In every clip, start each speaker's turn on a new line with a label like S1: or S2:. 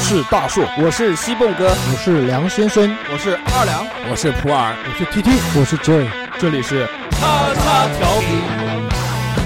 S1: 是大树，
S2: 我是西蹦哥，
S3: 我是梁先生，
S4: 我是二良，
S5: 我是普洱，
S6: 我是 TT，
S7: 我是 Joy，
S1: 这里是
S8: 叉叉调频。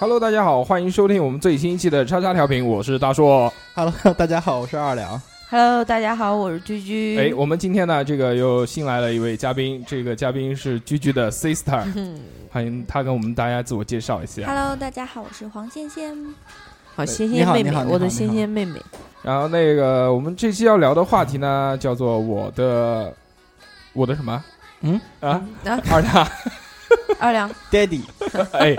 S9: Hello，大家好，欢迎收听我们最新一期的叉叉调频，我是大硕。
S4: Hello，大家好，我是二两。
S2: Hello，大家好，我是居居。
S9: 哎，我们今天呢，这个又新来了一位嘉宾，这个嘉宾是居居的 sister，欢迎他跟我们大家自我介绍一下。
S10: Hello，大家好，我是黄羡羡。
S2: 好，仙仙妹妹，我的仙仙妹妹。
S9: 然后那个，我们这期要聊的话题呢，叫做我的我的什么？
S4: 嗯
S9: 啊，二两，
S2: 二两
S4: ，Daddy，
S9: 哎。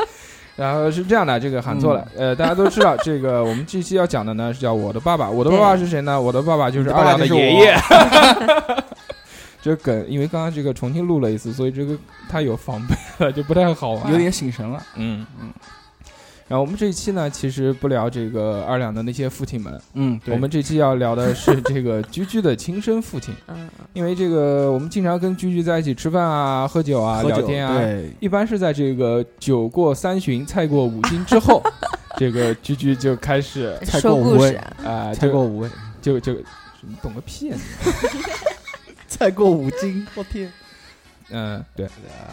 S9: 然后是这样的，这个喊错了，嗯、呃，大家都知道，这个我们这期要讲的呢是叫我的爸爸，我的爸爸是谁呢？我的爸爸就是二两
S4: 的
S9: 爷爷。 这梗，因为刚刚这个重新录了一次，所以这个他有防备了，就不太好玩，
S4: 有点醒神了。
S9: 嗯嗯。然后我们这一期呢，其实不聊这个二两的那些父亲们，
S4: 嗯，
S9: 我们这期要聊的是这 个居居的亲生父亲，
S2: 嗯，
S9: 因为这个我们经常跟居居在一起吃饭啊、喝酒啊、
S4: 酒
S9: 聊天啊，一般是在这个酒过三巡、菜过五斤之 后，这个居居就开 始
S4: 菜过五味
S9: 啊，
S4: 菜过五味，
S9: 就就你懂个屁，啊！
S4: 菜过五斤，我天。
S9: 嗯，对。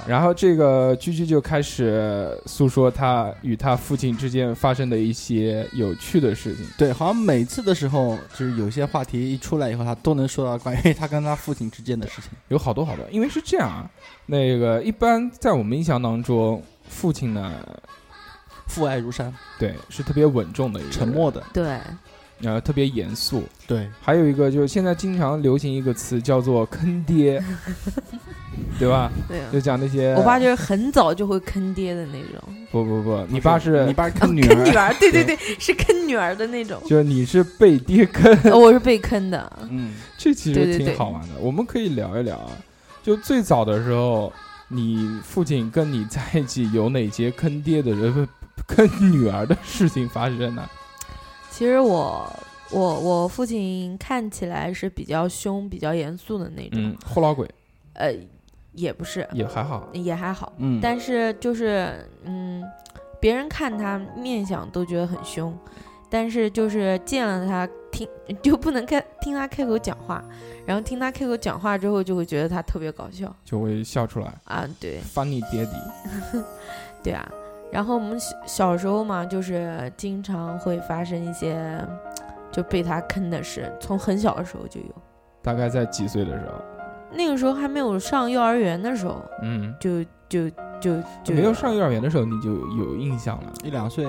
S9: 然后这个居居就开始诉说他与他父亲之间发生的一些有趣的事情。
S4: 对，好像每次的时候，就是有些话题一出来以后，他都能说到关于他跟他父亲之间的事情，
S9: 有好多好多。因为是这样啊，那个一般在我们印象当中，父亲呢，
S4: 父爱如山，
S9: 对，是特别稳重的一个，
S4: 沉默的，
S2: 对，
S9: 然后特别严肃，
S4: 对。
S9: 还有一个就是现在经常流行一个词叫做“ 坑爹”对吧？
S2: 对、啊，
S9: 就讲那些。
S2: 我爸就是很早就会坑爹的那 种。
S9: 不不不，你爸是，
S4: 你爸
S2: 是
S4: 坑女儿，
S2: 坑女儿，对对对，是坑女儿的那种。
S9: 就是你是被爹坑，
S2: 哦、我是被坑的。
S4: 嗯，
S9: 这其实挺好玩的
S2: 对对
S9: 对，我们可以聊一聊啊。就最早的时候，你父亲跟你在一起有哪些坑爹的人、 坑女儿的事情发生呢、啊？
S2: 其实我。我我父亲看起来是比较凶、比较严肃的那种，
S9: 嗯，后老鬼，
S2: 呃，也不是，
S9: 也还好，
S2: 也还好，
S9: 嗯，
S2: 但是就是嗯，别人看他面相都觉得很凶，但是就是见了他听就不能开听他开口讲话，然后听他开口讲话之后，就会觉得他特别搞笑，
S9: 就会笑出来
S2: 啊，对
S9: ，funny daddy，
S2: 对啊，然后我们小小时候嘛，就是经常会发生一些。就被他坑的事，从很小的时候就有。
S9: 大概在几岁的时候？
S2: 那个时候还没有上幼儿园的时候，
S9: 嗯，
S2: 就就就就
S9: 没有上幼儿园的时候，你就有印象了。
S4: 一两岁，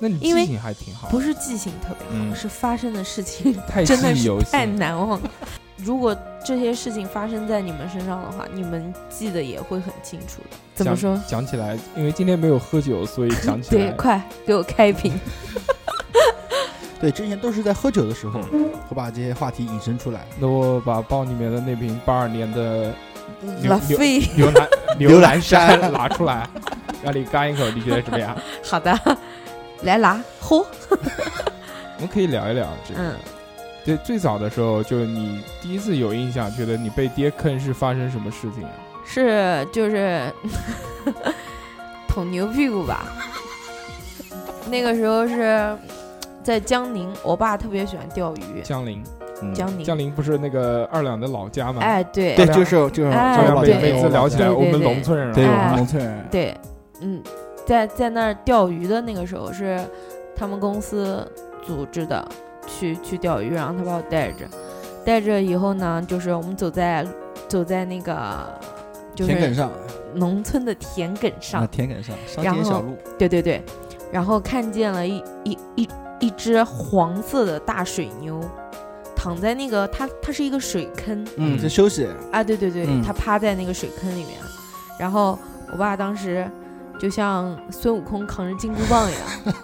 S9: 那你记性还挺好。
S2: 不是记性特别好，
S9: 嗯、
S2: 是发生的事情
S9: 太
S2: 真的是
S9: 太
S2: 难忘了。如果这些事情发生在你们身上的话，你们记得也会很清楚的。怎么说？
S9: 讲起来，因为今天没有喝酒，所以讲 起
S2: 来。对，快给我开一瓶。
S4: 对，之前都是在喝酒的时候
S2: 嗯
S4: 会把这些话题引申出来。
S9: 那我把包里面的那瓶八二年的
S2: 拉菲
S9: 牛栏
S4: 牛
S9: 栏
S4: 山
S9: 拿出来，让你干一口，你觉得怎么样？
S2: 好的，来拿喝。
S9: 我们可以聊一聊这个。
S2: 嗯，
S9: 对，最早的时候，就你第一次有印象，觉得你被爹坑是发生什么事情啊？
S2: 是就是 捅牛屁股吧？那个时候是。在江宁，我爸特别喜欢钓鱼。
S9: 江宁，
S4: 嗯、
S2: 江宁，
S9: 江宁不是那个二两的老家吗？
S2: 哎，对，
S4: 对，就是就是。
S2: 哎，
S9: 二两每
S2: 对
S9: 每次聊起来，
S2: 对对
S9: 我们农村人，啊
S4: 对，我
S2: 哎
S4: 们农村人。
S2: 对，嗯，在在那儿钓鱼的那个时候是他们公司组织的去去钓鱼，然后他把我带着，带着以后呢，就是我们走在走在那个就
S4: 田埂
S2: 是
S4: 上
S2: 农村的田埂上
S4: 啊，，田埂上商
S2: 然
S4: 街小
S2: 后
S4: 路，
S2: 对对对，然后看见了一一一一只黄色的大水牛，躺在那个它它是一个水坑
S4: 嗯，
S1: 嗯
S4: 就休息，
S2: 啊，对对对，
S4: 嗯
S2: 它趴在那个水坑里面，然后我爸当时就像孙悟空扛着金箍棒 一样，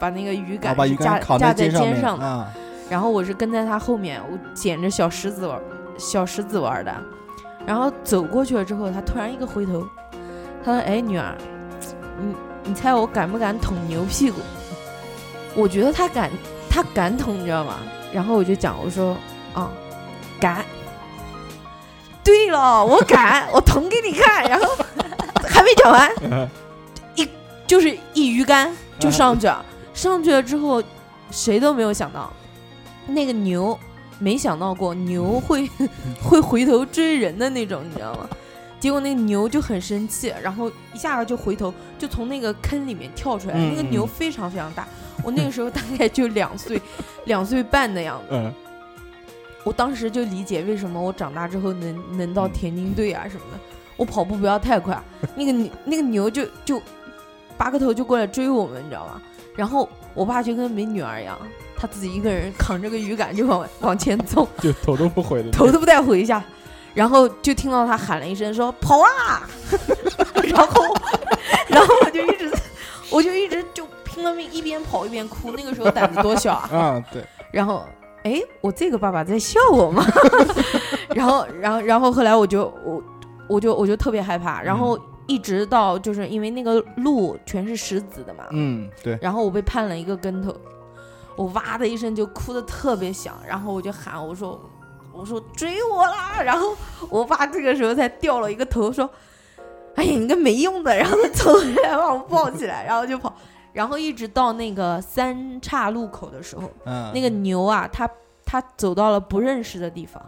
S2: 把那个鱼
S4: 然
S2: 竿
S4: 后把
S2: 是
S4: 鱼
S2: 架
S4: 竿扛
S2: 架在
S4: 肩
S2: 肩
S4: 面
S2: 上的，
S4: 啊，
S2: 然后我是跟在他后面，我捡着小石子玩小石子玩的，然后走过去了之后，他突然一个回头，他说：“哎，女儿，你你猜我敢不敢捅牛屁股？”我觉得他敢，他敢捅，你知道吗？然后我就讲，我说：“啊、敢。”对了，我敢，我捅给你看。然后 还没讲完，一就是一鱼竿就上去了，上去了之后，谁都没有想到，那个牛没想到过牛 会 会回头追人的那种，你知道吗？结果那个牛就很生气，然后一下就回头，就从那个坑里面跳出来。
S4: 嗯
S2: 那个牛非常非常 大，我那个时候大概就两岁、两岁半的样子。
S4: 嗯，
S2: 我当时就理解为什么我长大之后能能
S4: 嗯
S2: 到田径队啊什么的。我跑步不要 太快，啊那个牛那个牛就就八个头就过来追我们，你知道吗？然后我爸就跟没女儿一样，他自己一个人扛着个鱼竿就往往前走，
S9: 就头都不回的，
S2: 头都不带回一下，然后就听到他喊了一声说跑啦，然后然后我就一直我就一直就拼了命一边跑一边哭，那个时候胆子多 小啊！
S4: 啊，对，
S2: 然后，哎，我这个爸爸在笑我吗？ 然后，然后，然后后来我就我我就我就特别害怕，然后一直到就是因为那个路全是石子的嘛，
S4: 嗯，对，
S2: 然后我被绊了一个跟头，我哇的一声就哭的特别响，然后我就喊我说我说追我啦，然后我爸这个时候才掉了一个头说，哎呀你个没用的， 然后他走回来把我抱起来，然后就跑，然后一直到那个三岔路口的时候。
S4: 嗯，
S2: 那个牛啊，它它走到了不认识的地方，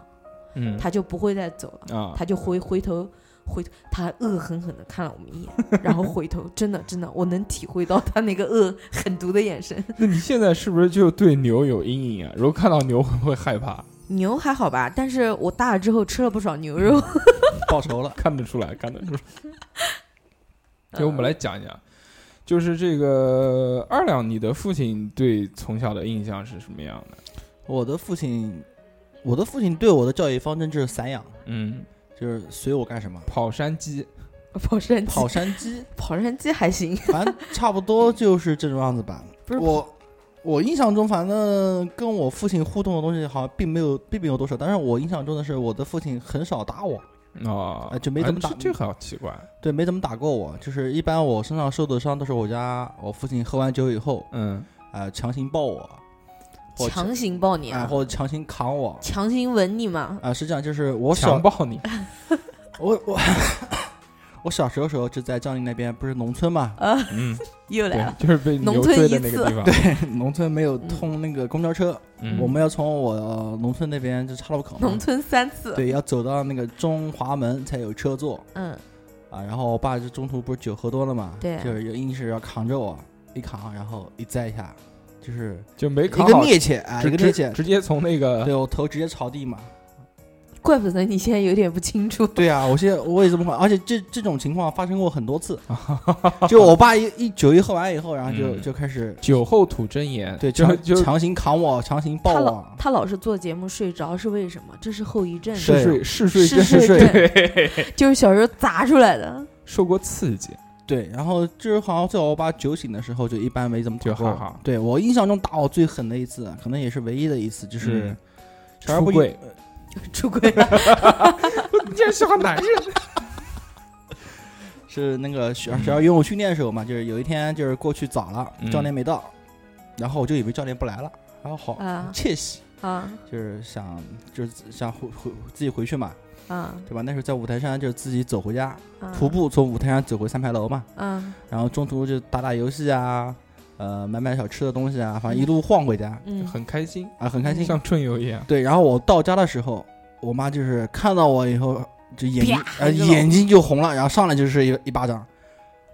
S9: 嗯，
S2: 它就不会再走了，
S4: 啊，
S2: 它就回回头回头，它还恶狠狠的看了我们一眼，然后回头，真的真的，我能体会到它那个恶狠毒的眼神。
S9: 那你现在是不是就对牛有阴影啊？如果看到牛会不会害怕？
S2: 牛还好吧，但是我大了之后吃了不少牛肉。
S4: 啊报仇了，
S9: 看得出来，看得出来。给嗯我们
S2: 呃
S9: 来讲一讲，就是这个二两，你的父亲对从小的印象是什么样的？
S4: 我的父亲，我的父亲对我的教育方针就是散养，
S9: 嗯，
S4: 就是随我干什么，
S9: 跑山鸡，
S2: 跑呃山 鸡，
S4: 跑山鸡，
S2: 跑山鸡还行，
S4: 反正差不多就是这种样子吧。
S2: 不是
S4: 我，我印象中反正跟我父亲互动的东西好像并没有并没有多少，但是我印象中的是我的父亲很少打我，
S9: 哦
S4: 啊，就没怎么打
S9: 哎这这好奇怪。
S4: 对，没怎么打过我，就是一般我身上受的伤都是我家我父亲喝完酒以后，
S9: 嗯，
S4: 呃，强行抱我，或者
S2: 强行抱你
S4: 啊、
S2: 啊，
S4: 或者强行扛我，啊、
S2: 强行吻你嘛，
S4: 是这样，就是我小
S9: 强 暴你，
S4: 我我我小时候时候就在江宁那边，不是农村嘛，
S9: 嗯，
S2: 啊又来
S9: 对
S2: 了，，
S9: 就是被牛
S2: 农村
S9: 追
S2: 一
S9: 的那个
S2: 次
S9: 地方。
S4: 农村没有
S2: 嗯
S4: 通那个公交车，
S9: 嗯
S4: 我们要从我、呃农村那边就岔路口嘛，
S2: 农村三次，
S4: 对，要走到那个中华门才有车坐
S2: 嗯，
S4: 啊。然后我爸就中途不是酒喝多了嘛，
S2: 对
S4: 就是硬是要扛着我，一扛然后一栽一下，就是
S9: 就没
S4: 一
S9: 扛
S4: 个
S9: 好，
S4: 趔趄啊，
S9: 直
S4: 一个
S9: 直
S4: 趔趄，
S9: 直接从那个
S4: 对我头直接朝地嘛。
S2: 怪不得你现在有点不清楚，
S4: 对啊，我现在我也这么管，而且这这种情况发生过很多 次，就我爸一一酒一喝完以后，然后就
S9: 嗯
S4: 就开始
S9: 酒后吐真言，
S4: 对
S9: 就
S4: 强
S9: 就
S4: 强行扛我，强行抱
S2: 他
S4: 我
S2: 老，他老是做节目睡着是为什么？这是后遗症，
S4: 是
S9: 嗜睡嗜睡
S2: 嗜
S9: 症
S2: 睡
S4: 睡
S2: 症，就是小时候砸出来的。
S9: 受过刺激，
S4: 对，然后就是好像在我爸酒醒的时候，就一般没怎么打
S9: 就
S4: 过
S9: 还好
S4: 对我印象中打我最狠的一次，可能也是唯一的一次，就是
S9: 嗯
S4: 小孩不
S9: 出柜
S4: 呃
S2: 出轨了，
S9: 你竟然喜欢男 人？
S4: 是那个小小孩游泳训练的时候嘛，就是有一天就是过去早了，
S9: 嗯
S4: 教练没到，然后我就以为教练不来了，然后好
S2: 啊
S4: 窃喜，
S2: 啊
S4: 就是想就是想回回自己回去嘛，
S2: 啊
S4: 对吧？那时候在五台山就是自己走回家，
S2: 啊！
S4: 徒步从五台山走回三牌楼嘛，
S2: 啊，
S4: 然后中途就打打游戏啊，呃，买买小吃的东西啊，反正一路晃回家
S2: 嗯，
S9: 很开心，
S4: 啊，很开心。
S9: 像春游一样。
S4: 对，然后我到家的时候，我妈就是看到我以后，就眼睛
S2: 啪
S4: 呃
S2: 一个
S4: 眼睛就红了，然后上来就是一一巴掌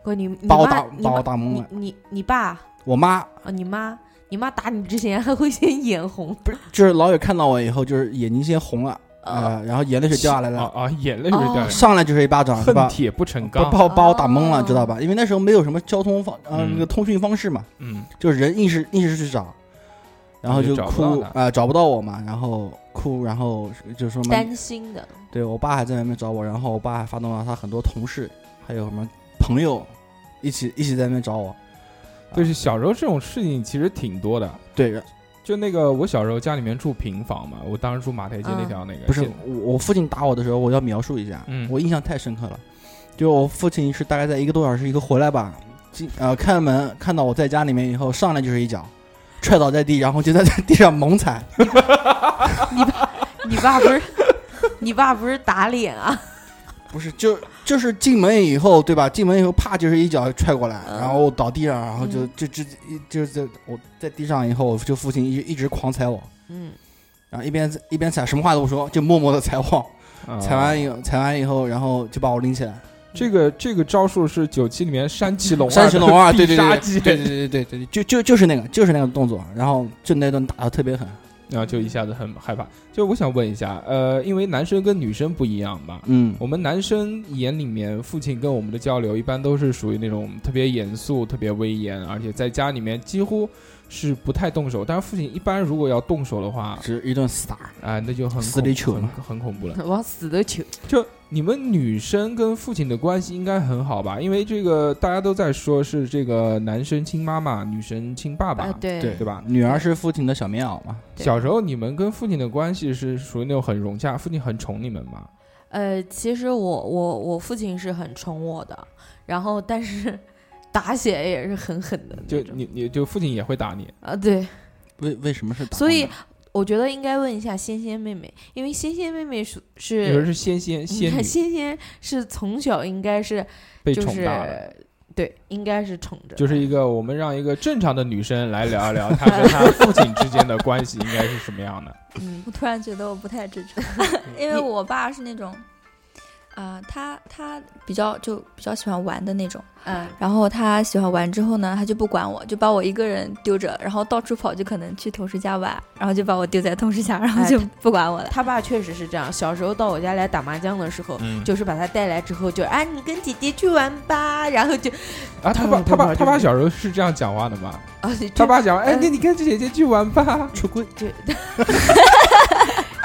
S2: 哥，你你
S4: 把我
S2: 妈
S4: 打
S2: 你
S4: 把我
S2: 妈
S4: 打懵
S2: 你
S4: 了。
S2: 你你爸
S4: 我妈
S2: 啊，你妈，你妈打你之前还会先眼红，呃不是？
S4: 就是老友看到我以后，就是眼睛先红了
S9: 呃
S4: 啊、然后眼泪水掉下来
S9: 啊
S4: 了，
S9: 啊，眼泪水掉下
S2: 哦
S4: 上来就是一巴掌，
S9: 来，
S4: 是
S9: 恨
S4: 吧？
S9: 铁不成
S4: 把
S9: 钢。
S4: 把把我打懵了，
S2: 哦
S4: 知道吧？因为那时候没有什么交通方呃
S9: 嗯
S4: 那个通讯方式嘛，
S9: 嗯，
S4: 就是人硬是硬是去找，然后就
S9: 就找不
S4: 哭
S9: 到
S4: 啊、
S9: 他
S4: 找不到我嘛，然后哭，然后就说嘛，
S2: 担心的，
S4: 对我爸还在外面找我，然后我爸还发动了他很多同事还有什么朋友一起一起在那边找我，
S9: 就是小时候这种事情其实挺多的。
S4: 对，
S9: 就那个，我小时候家里面住平房嘛，我当时住马台街那条那个，
S4: 嗯不是
S9: 现
S4: 我我父亲打我的时候，我要描述一下，
S9: 嗯
S4: 我印象太深刻了。就我父亲是大概在一个多小时以后回来吧，进呃看门看到我在家里面以后，上来就是一脚踹倒在地，然后就在在地上猛踩。
S2: 你 爸不是你爸不是打脸啊？
S4: 不是，就就是进门以后，对吧？进门以后，啪就是一脚踹过来，然后倒地上，然后就
S2: 嗯
S4: 就就一就是在我在地上以后，我就父亲一直一直狂踩我，
S2: 嗯，
S4: 然后一边一边踩，什么话都不说，就默默的踩我。
S9: 啊
S4: 踩完以后，踩完以后，然后就把我拎起来。
S9: 这个这个招数是九七里面山崎龙
S4: 山崎龙 二，
S9: 的
S4: 对对
S9: 必杀
S4: 对
S9: 技
S4: 对对对对对，就就就是那个就是那个动作，然后就那顿打的特别狠，
S9: 然后就一下子很害怕。就我想问一下，呃，因为男生跟女生不一样嘛，
S4: 嗯，
S9: 我们男生眼里面，父亲跟我们的交流一般都是属于那种特别严肃、特别威严，而且在家里面几乎是不太动手。但是父亲一般如果要动手的话，啊、
S4: 嗯只是一顿死打，
S9: 那就很
S4: 死里
S9: 恐
S4: 求
S9: 很
S4: 嘛
S9: 很恐怖了。
S2: 往死的求，
S9: 就你们女生跟父亲的关系应该很好吧？因为这个大家都在说是这个男生亲妈妈，女生亲爸爸。
S2: 啊，对
S4: 对
S9: 对吧
S4: 女儿是父亲的小棉袄嘛，
S2: 对
S9: 小时候你们跟父亲的关系是属于那种很啊融洽，父亲很宠你们嘛？
S2: 呃，其实我我我父亲是很宠我的，然后但是 打血也是很狠的
S9: 就
S2: 那种
S9: 你你就父亲也会打你，
S2: 啊，对，
S4: 为为什么是打呢？
S2: 所以我觉得应该问一下仙仙妹妹，因为仙仙妹妹属
S9: 有人
S2: 是
S9: 是仙仙
S2: 你
S9: 仙
S2: 看
S9: 女
S2: 仙仙是从小应该是
S9: 被
S2: 就
S9: 宠
S2: 是
S9: 大 了。
S2: 对，应该是宠着的，
S9: 就是一个我们让一个正常的女生来聊一聊她跟她父亲之间的关系应该是什么样 的。
S2: 嗯
S11: 我突然觉得我不太支持，因为我爸是那种，啊、他他比较就比较喜欢玩的那种，
S2: 嗯
S11: 然后他喜欢玩之后呢，他就不管我，就把我一个人丢着，然后到处跑，就可能去同事家玩，然后就把我丢在同事家，然后
S2: 哎
S11: 就不管我了。
S2: 他爸确实是这样。小时候到我家来打麻将的时候，
S9: 嗯，
S2: 就是把他带来之后就，啊，你跟姐姐去玩吧，然后就
S9: 啊，他爸他爸他爸小时候是这样讲话的吗？
S2: 啊，就
S9: 他爸讲， 哎，
S2: 嗯
S9: 那你跟姐姐去玩 吧。
S4: 出轨，
S2: 就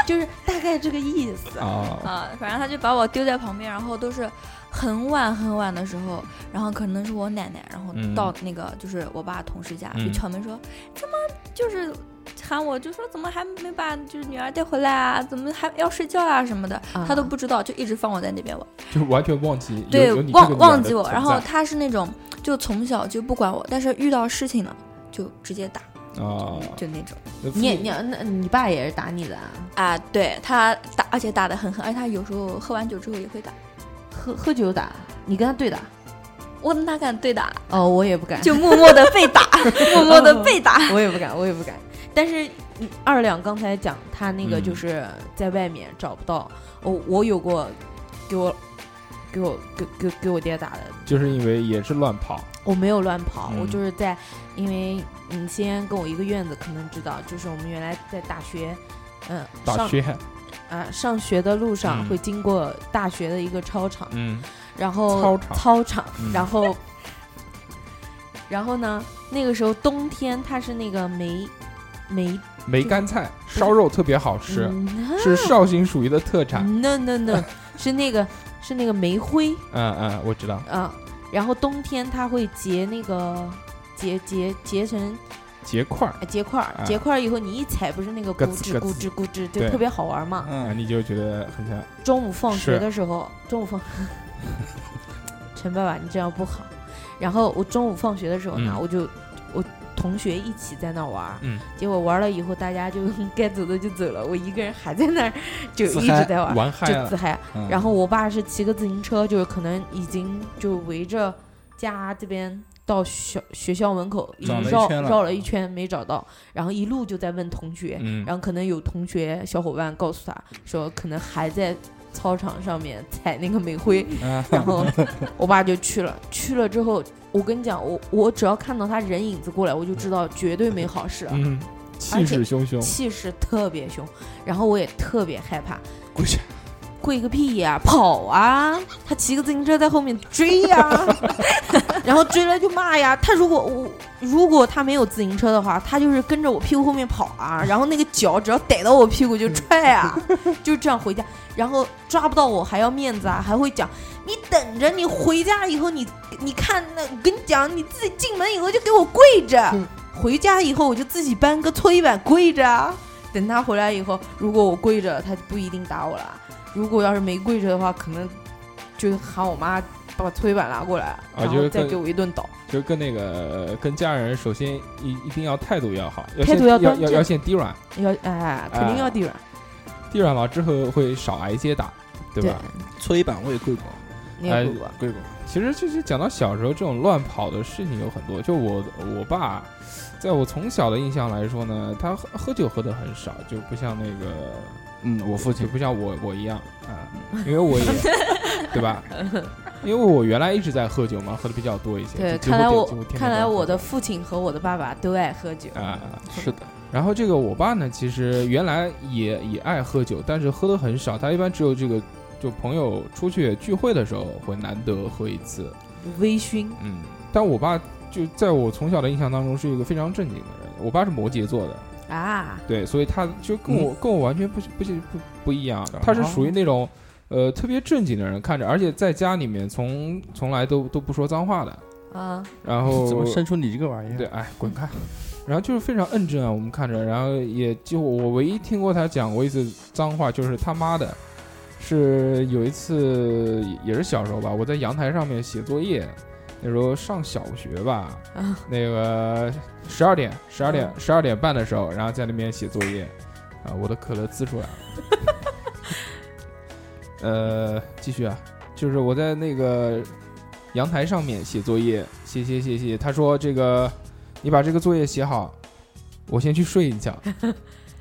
S2: 就是大概这个意思。
S9: 啊，
S11: 啊，反正他就把我丢在旁边，然后都是很晚很晚的时候，然后可能是我奶奶，然后
S9: 嗯
S11: 到那个就是我爸同事家，
S9: 嗯
S11: 就敲门说，怎么就是喊我就说怎么还没把就是女儿带回来啊，怎么还要睡觉啊什么的，他都
S2: 啊
S11: 不知道，就一直放我在那边玩，
S9: 就完全忘记有
S11: 对
S9: 有你，这个
S11: 忘
S9: 女儿
S11: 忘
S9: 的
S11: 记我，
S9: 存
S11: 然后
S9: 在
S11: 他是那种就从小就不管我，但是遇到事情了就直接打，
S9: 啊，
S11: 就那种
S9: 那父
S2: 你也你要那你爸也是打你的啊？
S11: 啊，对他打，而且打的很狠，而且他有时候喝完酒之后也会打，
S2: 喝喝酒打，你跟他对打？
S11: 我哪敢对打，
S2: 哦，我也不敢，
S11: 就默默的被打，默默
S2: 嗯
S11: 的被打。
S2: 我也不敢，我也不敢。但是嗯二两刚才讲他那个
S9: 嗯
S2: 就是在外面找不到，我、我有过给我给我给给给我爹打的，
S9: 就是因为也是乱跑，
S2: 我没有乱跑，
S9: 嗯
S2: 我就是在，因为你先跟我一个院子，可能知道，就是我们原来在大学，嗯、
S9: 打
S2: 上
S9: 学，
S2: 啊、上学的路上
S9: 嗯
S2: 会经过大学的一个操场，
S9: 嗯，
S2: 然后
S9: 操场
S2: 场
S9: 嗯
S2: 然后，然后呢，那个时候冬天它是那个梅梅
S9: 梅干菜烧肉特别好吃，
S2: 嗯
S9: 是绍兴属于的特产。
S2: ，no no no，是啊嗯那个是那个煤灰
S9: 嗯嗯，我知道，
S2: 啊、然后冬天它会结那个结结结成
S9: 结块儿
S2: 啊结块
S9: 啊
S2: 儿，结块儿以后你一踩不是那个
S9: 咯
S2: 咕
S9: 吱
S2: 吱
S9: 咯
S2: 咕
S9: 吱
S2: 吱咕吱，就
S9: 对
S2: 特别好玩嘛。
S9: 啊，
S4: 嗯，
S9: 你就觉得很像
S2: 中午放
S9: 是
S2: 学的时候，中午 放，陈爸爸你这样不好。然后我中午放学的时候呢，
S9: 嗯
S2: 我就我同学一起在那儿玩儿，
S9: 嗯
S2: 结果玩了以后大家就 该走的就走了，我一个人还在那儿就
S4: 自
S2: 一
S4: 嗨
S2: 直在玩儿，
S9: 玩嗨
S2: 就自
S9: 了，
S2: 嗨。
S4: 嗯
S2: 然后我爸是骑个自行车，就是可能已经就围着家这边到学学校门口已
S4: 找
S2: 经
S4: 了一
S2: 绕
S4: 圈了
S2: 绕了一圈没找到，然后一路就在问同学，
S9: 嗯
S2: 然后可能有同学小伙伴告诉他说可能还在操场上面采那个煤灰，
S4: 嗯
S9: 啊，
S2: 然 后我爸就去了。去了之后，我跟你讲，我我只要看到他人影子过来，我就知道绝对没好事，
S9: 嗯，气势汹汹，
S2: 气势特别凶，然后我也特别害怕。
S4: 跪下，
S2: 跪个屁呀、跑啊！他骑个自行车在后面追呀、 然后追了就骂呀。他如果我如果他没有自行车的话，他就是跟着我屁股后面跑啊，然后那个脚只要逮到我屁股就
S4: 嗯
S2: 踹啊， 就这样回家。然后抓不到我还要面子啊，还会讲你等着，你回家以后你你看那，我跟你讲，你自己进门以后就给我跪着，
S9: 嗯
S2: 回家以后我就自己搬个搓衣板跪着啊。等他回来以后，如果我跪着，他就不一定打我了。如果要是没跪着的话，可能就喊我妈把搓衣板拿过来，然
S9: 啊就
S2: 后
S9: 是
S2: 再
S9: 跟
S2: 给我一顿倒。
S9: 就是跟那个跟家人，首先一一定要态度要好，要
S2: 态
S9: 先
S2: 度要
S9: 要
S2: 端
S9: 要
S2: 正
S9: 要先低软，
S2: 要哎，肯定要地软。
S9: 低软了之后会少挨一些打，对吧？哎
S4: 搓衣板我也跪过，
S2: 你也跪过，
S4: 哎跪过。
S9: 其实就是讲到小时候这种乱跑的事情有很多，就我我爸，在我从小的印象来说呢，他喝喝酒喝的很少，就不像那个
S4: 嗯，我父
S9: 就
S4: 亲
S9: 不像我我一样 啊，因为我也对吧？因为我原来一直在喝酒嘛，喝的比较多一些。
S2: 对，
S9: 就几乎
S2: 看来
S9: 天
S2: 我
S9: 几乎天天
S2: 看
S9: 都
S2: 来
S9: 在喝
S2: 我的
S9: 酒
S2: 父亲和我的爸爸都爱喝酒。
S9: 啊、
S4: 是的，
S9: 然后这个我爸呢，其实原来也也爱喝酒，但是喝的很少，他一般只有这个就朋友出去聚会的时候会难得喝一次。
S2: 微醺，
S9: 嗯，但我爸就在我从小的印象当中是一个非常正经的人。我爸是摩羯座的，
S2: 啊，
S9: 对，所以他就跟
S4: 嗯
S9: 我、跟我完全不不不不一样，他是
S4: 哦
S9: 属于那种呃特别正经的人，看着，而且在家里面从从来都都不说脏话的，
S2: 啊，
S9: 然 后
S4: 怎么生出你这个玩意儿？
S9: 对，，哎，滚开。然后就是非常认真啊，我们看着，然后也就我唯一听过他讲过一次脏话，就是他妈的，是有一次也是小时候吧，我在阳台上面写作业，那时候上小学吧，
S2: 啊
S9: 那个十二点、十二点、十二点半的时候，然后在那边写作业，啊，我的可乐滋出来了。呃，继续啊，就是我在那个阳台上面写作业，写写写写，他说这个你把这个作业写好，我先去睡一 觉，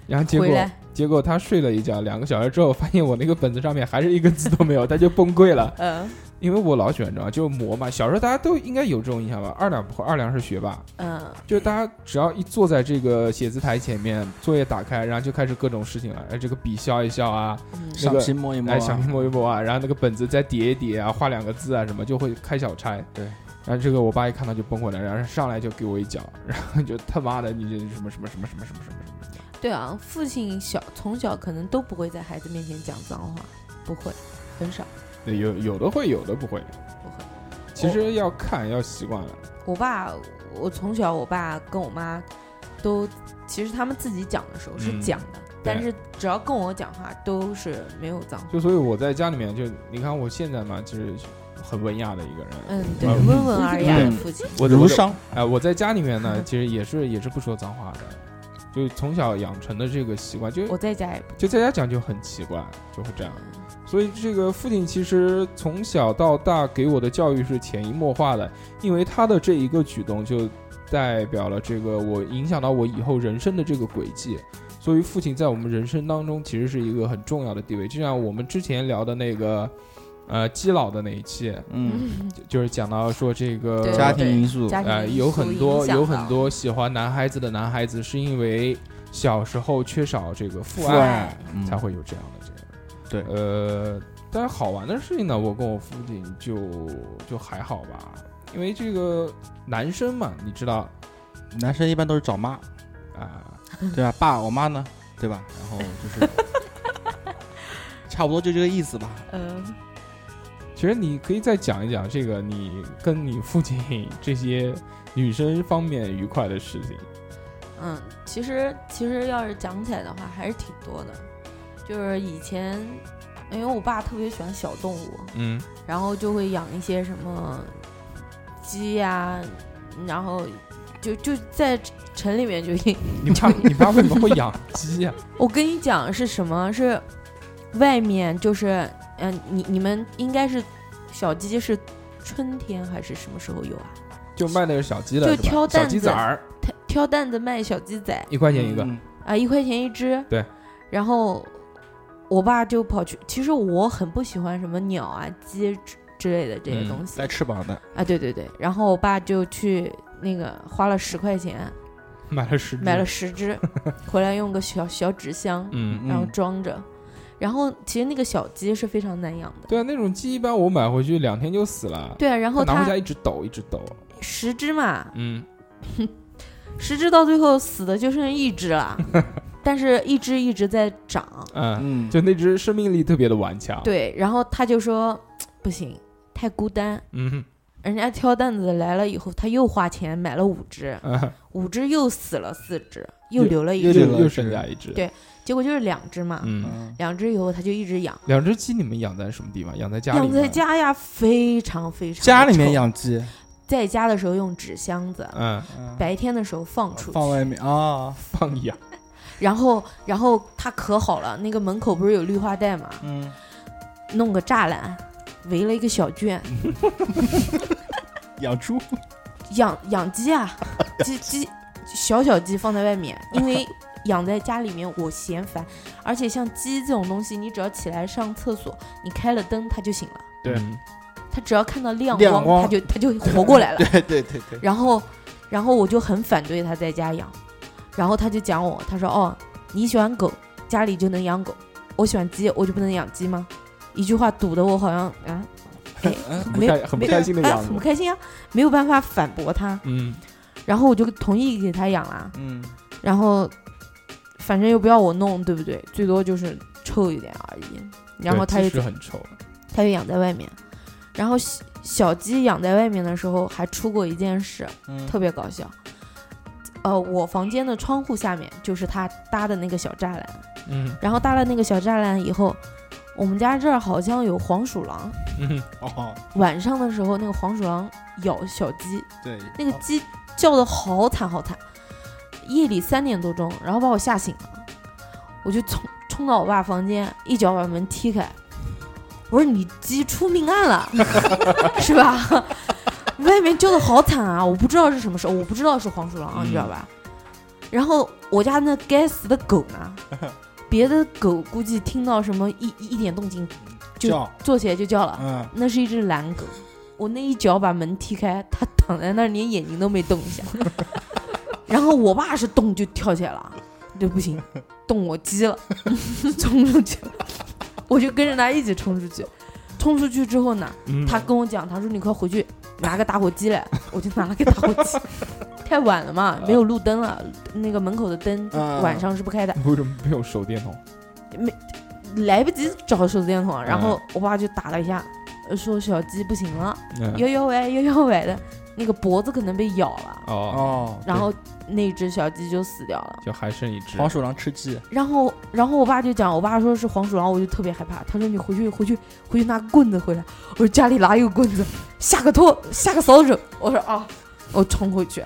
S9: 然后结
S2: 回
S9: 果
S2: 来，
S9: 结果他睡了一觉，两个小时之后，发现我那个本子上面还是一个字都没有，他就崩溃了。
S2: 嗯
S9: 因为我老喜欢这样，就磨嘛。小时候大家都应该有这种印象吧？二两不会，二两是学霸，
S2: 嗯，
S9: 就是大家只要一坐在这个写字台前面，作业打开，然后就开始各种事情了。哎，这个笔削一削啊，
S2: 嗯
S9: 那
S4: 上
S9: 个
S4: 心摸一摸
S9: 哎，
S4: 啊，
S9: 小屏摸一摸啊，然后那个本子再叠一叠啊，画两个字啊什么，就会开小差。
S4: 对。
S9: 然后这个我爸一看到就崩溃了，然后上来就给我一脚， 然后就他妈的你这什么什么什么什么什么什么什么，
S2: 对啊，父亲小从小可能都不会在孩子面前讲脏话，不会，很少，
S9: 对有有的会，有的不会。
S2: 不会。
S9: 其实要看，要习惯了。
S2: 我爸，我从小我爸跟我妈都，其实他们自己讲的时候是
S9: 嗯
S2: 讲的，但是只要跟我讲话都是没有脏话。
S9: 就所以我在家里面就，你看我现在嘛，就是很文雅的一个人。
S2: 嗯，对，
S9: 嗯
S2: 温文尔雅的
S4: 嗯
S2: 父亲，
S9: 我
S4: 如伤。
S9: 哎、我在家里面呢，其实也是也是不说脏话的，就从小养成的这个习惯，就
S2: 我在家也不
S9: 就在家讲就很奇怪，就会这样。
S2: 嗯
S9: 所以这个父亲其实从小到大给我的教育是潜移默化的，因为他的这一个举动就代表了这个我影响到我以后人生的这个轨迹。所以父亲在我们人生当中其实是一个很重要的地位，就像我们之前聊的那个，呃，基佬的那一期，
S4: 嗯，
S9: 就就是讲到说这个
S2: 对
S4: 家庭因素，
S2: 家庭
S9: 呃，
S2: 因
S9: 有
S2: 素
S9: 很多
S2: 影响
S9: 有
S2: 到
S9: 很多喜欢男孩子的男孩子，是因为小时候缺少这个父
S4: 父
S9: 爱，
S4: 爱嗯
S9: 才会有这样的这
S4: 对
S9: 个。呃，但是好玩的事情呢，我跟我父亲就就还好吧，因为这个男生嘛，你知道
S4: 男生一般都是找妈，
S9: 啊、
S4: 对吧？爸，我妈呢，对吧？然后就是 差不多就这个意思吧。
S2: 嗯，
S9: 其实你可以再讲一讲这个你跟你父亲这些女生方面愉快的事情。
S2: 嗯，其实其实要是讲起来的话，还是挺多的。就是以前，因为我爸特别喜欢小动物，
S9: 嗯
S2: 然后就会养一些什么鸡呀、然后就就在城里面就一，
S9: 你 爸你爸为什么会养鸡啊呀、
S2: 我跟你讲是什么？是外面就是嗯、你你们应该是小鸡是春天还是什么时候有啊？
S9: 就卖那个小鸡的，
S2: 就是
S9: 吧
S2: 挑
S9: 小
S2: 担
S9: 鸡
S2: 子
S9: 崽儿，
S2: 挑挑担子卖小鸡仔，
S9: 一块钱一个。
S4: 嗯
S2: 啊，一块钱一只。
S9: 对。
S2: 然后我爸就跑去，其实我很不喜欢什么鸟啊、鸡之之类的这些东西、
S4: 带翅膀的，
S2: 啊，对对对。然后我爸就去那个花了十块钱
S9: 买了十只
S2: 买了，十只， 回来用个小小纸箱，
S9: 嗯，
S2: 然后
S4: 嗯
S2: 装着。然后其实那个小鸡是非常难养的，
S9: 对啊，那种鸡一般我买回去两天就死了，
S2: 对啊。然后
S9: 我拿回
S2: 它
S9: 家一直抖一直抖，
S2: 十只嘛，
S9: 嗯，
S2: 十只到最后死的就剩一只了，但是一只一直在长。
S9: 嗯，
S4: 嗯，
S9: 就那只生命力特别的顽强，，
S2: 对，然后他就说不行，太孤单。
S9: 嗯，
S2: 人家挑担子来了以后，他又花钱买了五只，
S9: 啊
S2: 五只又死了四只，又
S9: 又
S2: 留了一
S4: 又
S9: 又
S2: 只，
S4: 留了
S9: 又
S4: 一
S9: 剩
S4: 只
S9: 下一只，
S2: 对结果就是两只嘛。
S9: 嗯，
S4: 嗯
S2: 两只以后他就一直养，
S9: 两只鸡你们养在什么地方？养在家里？
S2: 养在，家呀，非常非常
S4: 家里
S2: 臭
S4: 面，养鸡，
S2: 在家的时候用纸箱子，
S9: 嗯，
S2: 白天的时候放出去，
S4: 放外面啊，
S9: 放养，
S2: 然后然后它可好了，那个门口不是有绿化带嘛，
S4: 嗯，
S2: 弄个栅栏，围了一个小圈，
S4: 养猪，
S2: 养养 鸡啊，鸡鸡小小鸡放在外面，因为 养在家里面我嫌烦，而且像鸡这种东西，你只要起来上厕所，你开了灯它就醒了，
S9: 对
S1: 嗯
S2: 它只要看到亮
S4: 亮
S2: 光，
S4: 光
S2: 它就它就活过来了。
S4: 对对对对，
S2: 然后然后我就很反对它在家养，然后他就讲我，他说哦你喜欢狗，家里就能养狗，我喜欢鸡，我就不能养鸡吗？一句话堵得我好像 啊，哎
S9: 不
S2: 没有
S9: 开很不开心的
S2: 哎
S9: 样
S2: 很不
S9: 子，
S2: 开心啊，没有办法反驳他。
S9: 嗯，
S2: 然后我就同意给他养啦，
S4: 嗯，
S2: 然后反正又不要我弄，对不对？最多就是臭一点而已。然后他
S9: 对
S2: 又
S9: 鸡是很臭，
S2: 他又养在外面，然后小小鸡养在外面的时候还出过一件事，
S4: 嗯
S2: 特别搞笑。呃，我房间的窗户下面就是他搭的那个小栅栏，
S9: 嗯
S2: 然后搭了那个小栅栏以后，我们家这儿好像有黄鼠狼，
S9: 嗯，
S4: 哦，
S2: 晚上的时候那个黄鼠狼咬小鸡，
S4: 对，哦
S2: 那个鸡叫的好惨好惨，夜里三点多钟，然后把我吓醒了，我就冲冲到我爸房间，一脚把门踢开，我说你鸡出命案了， 是吧？外面叫的好惨啊，我不知道是什么时候，我不知道是黄鼠狼啊，你知道吧？然后我家那该死的狗呢，别的狗估计听到什么一一点动静，就
S4: 叫，
S2: 坐起来就叫了，
S4: 嗯，
S2: 那是一只蓝狗，我那一脚把门踢开，它躺在那儿，连眼睛都没动一下。然后我爸是动就跳起来了，就不行，动我鸡了， 冲出去了，我就跟着他一起冲出去。冲出去之后呢，
S9: 嗯
S2: 他跟我讲，他说你快回去拿个打火机来，我就拿了个打火机。太晚了嘛，没有路灯了，那个门口的灯
S4: 嗯
S2: 晚上是不开的，
S9: 为什么没有手电筒？
S2: 来不及找手电筒。啊然后我爸就打了一下，呃说小鸡不行了。
S9: 嗯
S2: 摇摇摆摇摇摆的，那个脖子可能被咬了，
S9: 哦，
S4: 哦，
S2: 然后那只小鸡就死掉了。
S9: 就还剩一只，
S4: 黄鼠狼吃鸡，
S2: 然后，然后我爸就讲，我爸说是黄鼠狼，我就特别害怕。他说你回去回去回去拿棍子回来。我说家里哪有棍子？下个拖，下个扫帚。我说啊，我冲回去，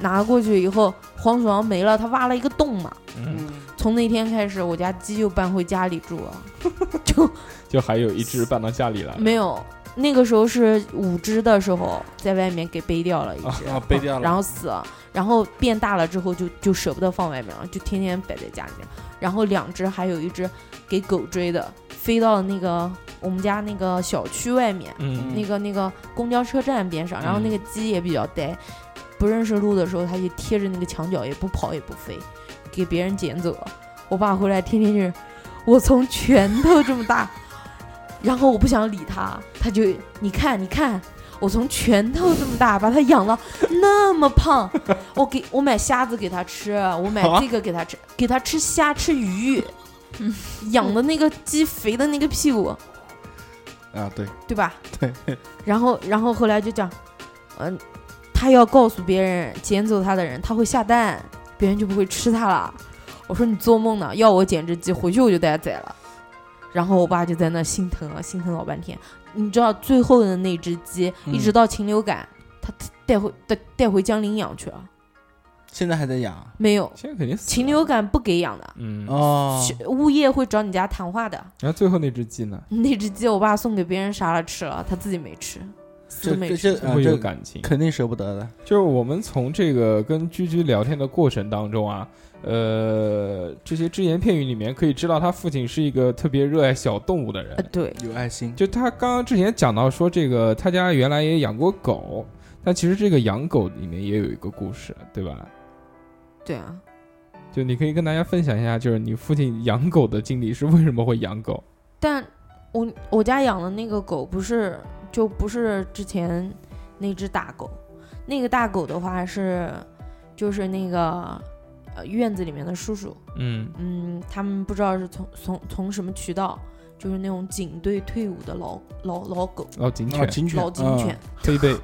S2: 拿过去以后，黄鼠狼没了，他挖了一个洞嘛。
S9: 嗯，
S2: 从那天开始，我家鸡就搬回家里住了，就
S9: 就还有一只搬到家里来了，
S2: 没有。那个时候是五只的时候，在外面给背掉了一只，
S4: 啊，背掉了，
S2: 然后死了，然后变大了之后就就舍不得放外面了，就天天摆在家里面。然后两只，还有一只给狗追的，飞到了那个我们家那个小区外面，
S9: 嗯，
S2: 那个那个公交车站边上。然后那个鸡也比较呆，不认识路的时候，它就贴着那个墙角，也不跑也不飞，给别人捡走了。我爸回来天天就是，我从拳头这么大，然后我不想理它，它就你看你看，我从拳头这么大把它养了那么胖，我给我买虾子给它吃，我买这个给它吃，给它吃虾吃鱼
S11: 嗯，
S2: 养的那个鸡肥的那个屁股，
S4: 啊，对，
S2: 对吧？
S4: 对。
S2: 然后，然后后来就讲，嗯、他要告诉别人捡走他的人，他会下蛋，别人就不会吃他了。我说你做梦呢，要我捡只鸡回去我就带它宰了。然后我爸就在那心疼啊，心疼老半天。你知道最后的那只鸡，
S4: 嗯
S2: 一直到禽流感，他带回带带回江陵养去了，
S4: 现在还在养，
S2: 没有
S9: 现在肯定死了
S2: 禽流，感不给养的，
S9: 嗯，
S4: 哦，
S2: 去物业会找你家谈话的。
S9: 然后最后那只鸡呢，
S2: 那只鸡我爸送给别人杀了吃了，他自己没吃，死
S4: 这
S2: 都没
S4: 这
S2: 吃。
S4: 这啊
S9: 会有
S4: 这
S9: 感情。
S4: 肯定舍不得的，
S9: 就是我们从这个跟居居聊天的过程当中啊，呃这些只言片语里面可以知道，他父亲是一个特别热爱小动物的人
S2: 呃，。对，
S4: 有爱心，
S9: 就他刚刚之前讲到说，这个他家原来也养过狗，但其实这个养狗里面也有一个故事，对吧？
S2: 对啊，
S9: 就你可以跟大家分享一下，就是你父亲养狗的经历是为什么会养狗？
S2: 但我我家养的那个狗不是就不是之前那只大狗，那个大狗的话是就是那个呃院子里面的叔叔，
S9: 嗯
S2: 嗯，他们不知道是从从从什么渠道，就是那种警队退伍的老老老狗，
S9: 哦，警
S4: 啊
S9: 犬、
S4: 警犬，
S2: 老警
S4: 嗯
S2: 犬，
S9: 黑 背，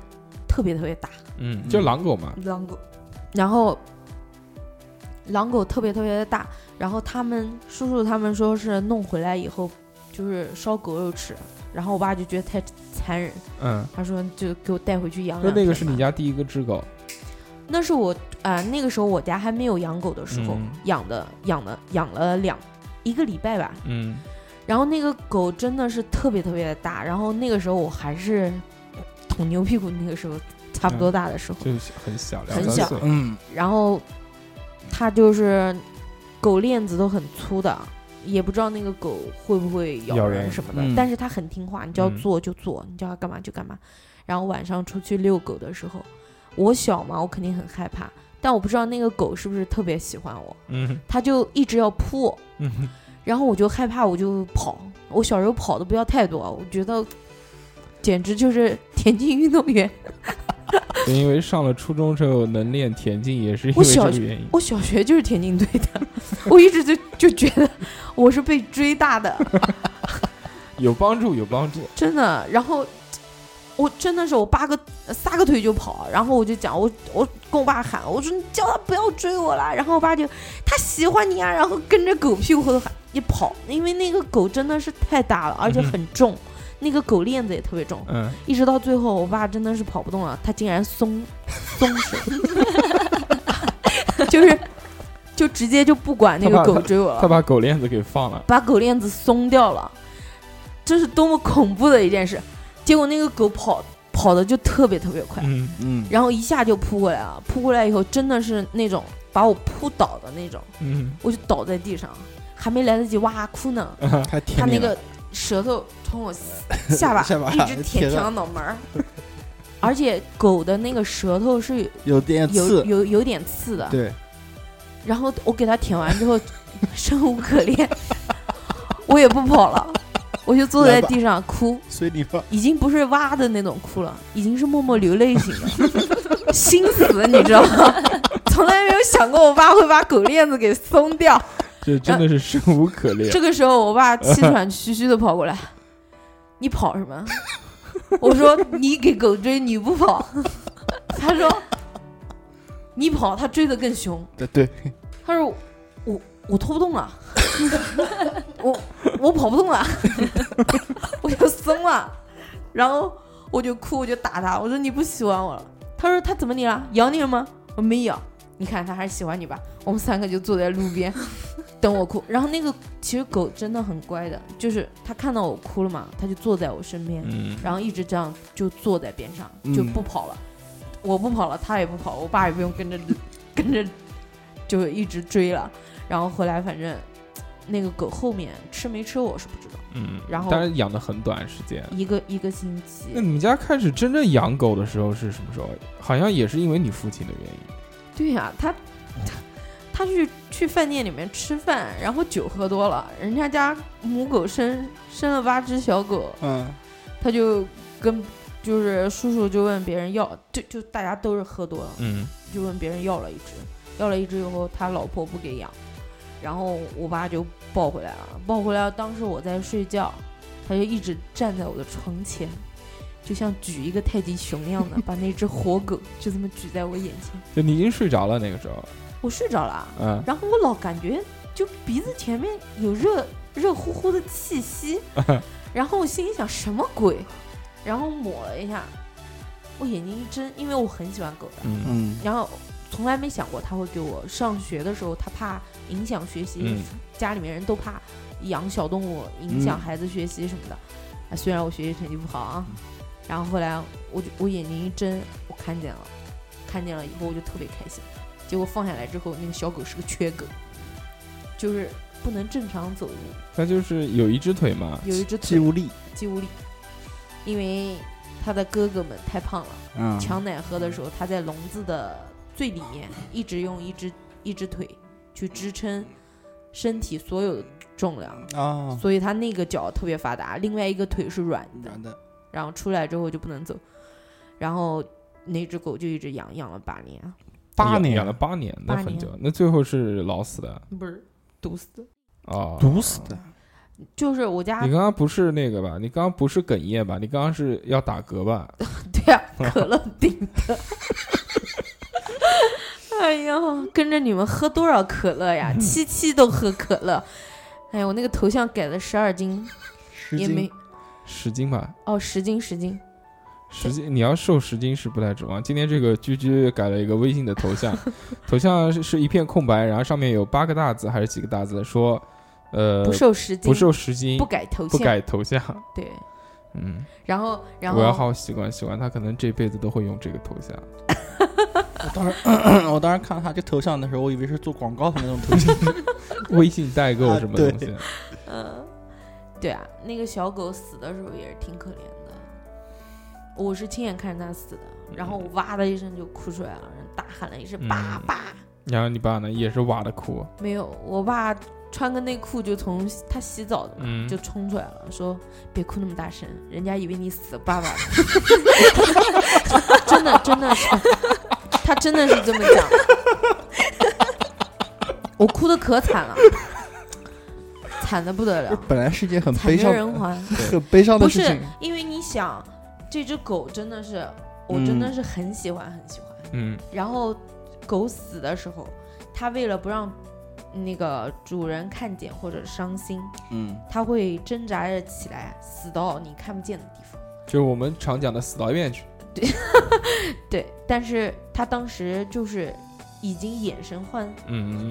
S2: 特别特别大。
S9: 嗯，就狼狗嘛，
S2: 狼狗，然后狼狗特别特别的大，然后他们叔叔他们说是弄回来以后就是烧狗肉吃，然后我爸就觉得太残忍，
S9: 嗯，
S2: 他说就给我带回去养
S9: 就
S2: 两
S9: 那个
S2: 天
S9: 是你
S2: 吧
S9: 家第一个只狗，
S2: 那是我啊、那个时候我家还没有养狗的时候、
S9: 嗯
S2: 养的，养的养了两一个礼拜吧，
S9: 嗯，
S2: 然后那个狗真的是特别特别的大，然后那个时候我还是捅牛屁股那个时候差不多
S9: 嗯
S2: 大的时候，
S9: 就是很小，两
S2: 很
S9: 三
S2: 小
S9: 岁，
S4: 嗯，
S2: 然后它就是狗链子都很粗的，也不知道那个狗会不会
S9: 咬
S2: 咬
S9: 人
S2: 人什么的，
S4: 嗯
S2: 但是它很听话，你叫
S9: 嗯
S2: 做就做，你叫它干嘛就干嘛。然后晚上出去遛狗的时候，我小嘛，我肯定很害怕，但我不知道那个狗是不是特别喜欢我，
S9: 嗯
S2: 它就一直要扑我，
S9: 嗯，
S2: 然后我就害怕，我就跑。我小时候跑的不要太多，我觉得简直就是田径运动员。
S9: 就 因为上了初中之后能练田径，也是因
S2: 我
S9: 为这
S2: 小
S9: 个原因。
S2: 我小学就是田径队的， 我一直就就觉得我是被追大的，
S9: 有帮助，有帮助。
S2: 真的。然后我真的是我八个撒个腿就跑，然后我就讲我我跟我爸喊，我说你叫他不要追我啦。然后我爸就他喜欢你啊，然后跟着狗屁股后头喊一跑，因为那个狗真的是太大了，而且很重。那个狗链子也特别重，
S9: 嗯，
S2: 一直到最后，我爸真的是跑不动了，他竟然松松手， 就是就直接就不管那
S9: 他
S2: 个
S9: 把
S2: 狗追我
S9: 他
S2: 了，
S9: 把狗链子给放了。
S2: 把狗链子松掉了，这是多么恐怖的一件事。结果那个狗跑跑的就特别特别快，
S9: 嗯，
S4: 嗯，
S2: 然后一下就扑过来了，扑过来以后真的是那种把我扑倒的那种，
S9: 嗯，
S2: 我就倒在地上，还没来得及哇哭呢，
S4: 还
S2: 他
S4: 舔你了
S2: 那个舌头 从我下巴
S4: 下巴
S2: 一直舔
S4: 舔
S2: 舔
S4: 到
S2: 到脑 门儿，而且狗的那个舌头是
S4: 有点
S2: 有
S4: 呃刺，
S2: 有有点刺的。
S4: 对，
S2: 然后我给它舔完之后，生无可 恋，我也不跑了，我就坐在地上哭，
S4: 所以你说
S2: 已经不是哇的那种哭了，已经是默默流泪型的， 心死你知道吗？ 从来没有想过我爸会把狗链子给松掉。
S9: 这真的是生无可恋。
S2: 这个时候，我爸气喘吁吁的跑过来：“你跑什么？”我说：“你给狗追，你不跑。” 他说：“你跑，他追得更凶。
S4: 对对，”
S2: 他说：“我我拖不动了， 我我跑不动了，我就松了。”然后我就哭，我就打他，我说：“你不喜欢我了？”他说：“他怎么你了？咬你了吗？”我没咬。你看他还是喜欢你吧？我们三个就坐在路边等我哭。然后那个其实狗真的很乖的，就是它看到我哭了嘛，它就坐在我身边，
S9: 嗯，
S2: 然后一直这样就坐在边上，
S4: 嗯
S2: 就不跑了。我不跑了，它也不跑，我爸也不用跟着跟着就一直追了。然后后来反正那个狗后面吃没吃我是不知道，
S9: 嗯，
S2: 然后
S9: 当然养的很短时间。
S2: 一个一个星
S9: 那
S2: 期。
S9: 你们家开始真正养狗的时候是什么时候？好像也是因为你父亲的原因。
S2: 对呀、它它它去去饭店里面吃饭，然后酒喝多了，人家家母狗生生了八只小狗，
S4: 嗯，
S2: 他就跟就是叔叔就问别人要，就就大家都是喝多了，
S9: 嗯，
S2: 就问别人要了一只，要了一只以后，他老婆不给养，然后我爸就抱回来了，抱回来当时我在睡觉，他就一直站在我的床前，就像举一个泰迪熊一样的，把那只活狗就这么举在我眼前，
S9: 就你已经睡着了那个时候。
S2: 我睡着了，啊
S9: 嗯，
S2: 然后我老感觉就鼻子前面有热热乎乎的气息，然后我心里想什么鬼，然后抹了一下，我眼睛一睁，因为我很喜欢狗的，
S9: 嗯
S4: 嗯，
S2: 然后从来没想过它会给我上学的时候，它怕影响学习，
S9: 嗯
S2: 家里面人都怕养小动物影响
S4: 嗯
S2: 孩子学习什么的。啊，虽然我学习成绩不好啊，然后后来我就我眼睛一睁，我看见了，看见了以后我就特别开心。结果放下来之后，那个小狗是个缺狗，就是不能正常走路，
S9: 它就是有一只腿嘛，
S2: 有一只
S4: 肌
S2: 腿
S4: 无力，
S2: 肌无力，因为它的哥哥们太胖了，
S4: 嗯，
S2: 抢奶喝的时候，它在笼子的最里面一直用一只一只腿去支撑身体所有的重量，
S4: 啊，
S2: 所以它那个脚特别发达，另外一个腿是软的
S4: 软，的，
S2: 然后出来之后就不能走，然后那只狗就一直养养了八年，啊
S4: 八
S9: 养
S4: 年
S9: 养了八年，那
S2: 八
S9: 很
S2: 年
S9: 久，那最后是老死的
S2: 不是毒死的，
S9: 啊，
S4: 毒死的。
S2: 就是我家
S9: 你刚刚不是那个吧？你刚刚不是哽咽吧？你刚刚是要打嗝吧？
S2: 对呀、可乐顶的。 哎呀，跟着你们喝多少可乐呀？七七都喝可乐。哎呀，我那个头像改了十二斤，
S4: 十
S2: 也没
S4: 斤，
S9: 十斤吧，
S2: 哦，十斤十斤。
S9: 十斤，你要瘦十斤是不太指望。今天这个居居改了一个微信的头 像，头像是是一片空白，然后上面有八个大字还是几个大字说，呃，
S2: 不瘦十
S9: 不
S2: 斤，
S9: 瘦十斤，
S2: 不改头
S9: 不
S2: 像，
S9: 改头像。
S2: 对。
S9: 嗯，
S2: 然后，然后
S9: 我要好好喜欢喜欢他，可能这辈子都会用这个头像。
S4: 我当时 我当时看到他这头像的时候，我以为是做广告的那种头像。
S9: 微信代购什么东西？
S2: 嗯，对啊，那个小狗死的时候也是挺可怜的，我是亲眼看着它死的，然后我哇的一声就哭出来了，然后大喊了一声“爸
S9: 嗯嗯
S2: 爸”，
S9: 然后你爸呢也是哇的哭，
S2: 没有，我爸穿个内裤就从洗他洗澡的嘛，
S9: 嗯
S2: 就冲出来了，说别哭那么大声，人家以为你死爸爸了。 真的真的是，他真的是这么讲的。我哭的可惨了，惨的不得了，
S4: 本来是件很
S2: 惨
S4: 悲伤
S2: 绝、人寰。
S4: 很悲伤的
S2: 不
S4: 事
S2: 是
S4: 情。
S2: 因为你想，这只狗真的是，我真
S4: 嗯
S2: 的是很喜欢很喜欢。
S9: 嗯，
S2: 然后狗死的时候，它为了不让那个主人看见或者伤心，
S4: 嗯，
S2: 它会挣扎着起来，死到你看不见的地方。
S9: 就是我们常讲的死到一边去。
S2: 对，但是它当时就是已经眼神涣，
S9: 嗯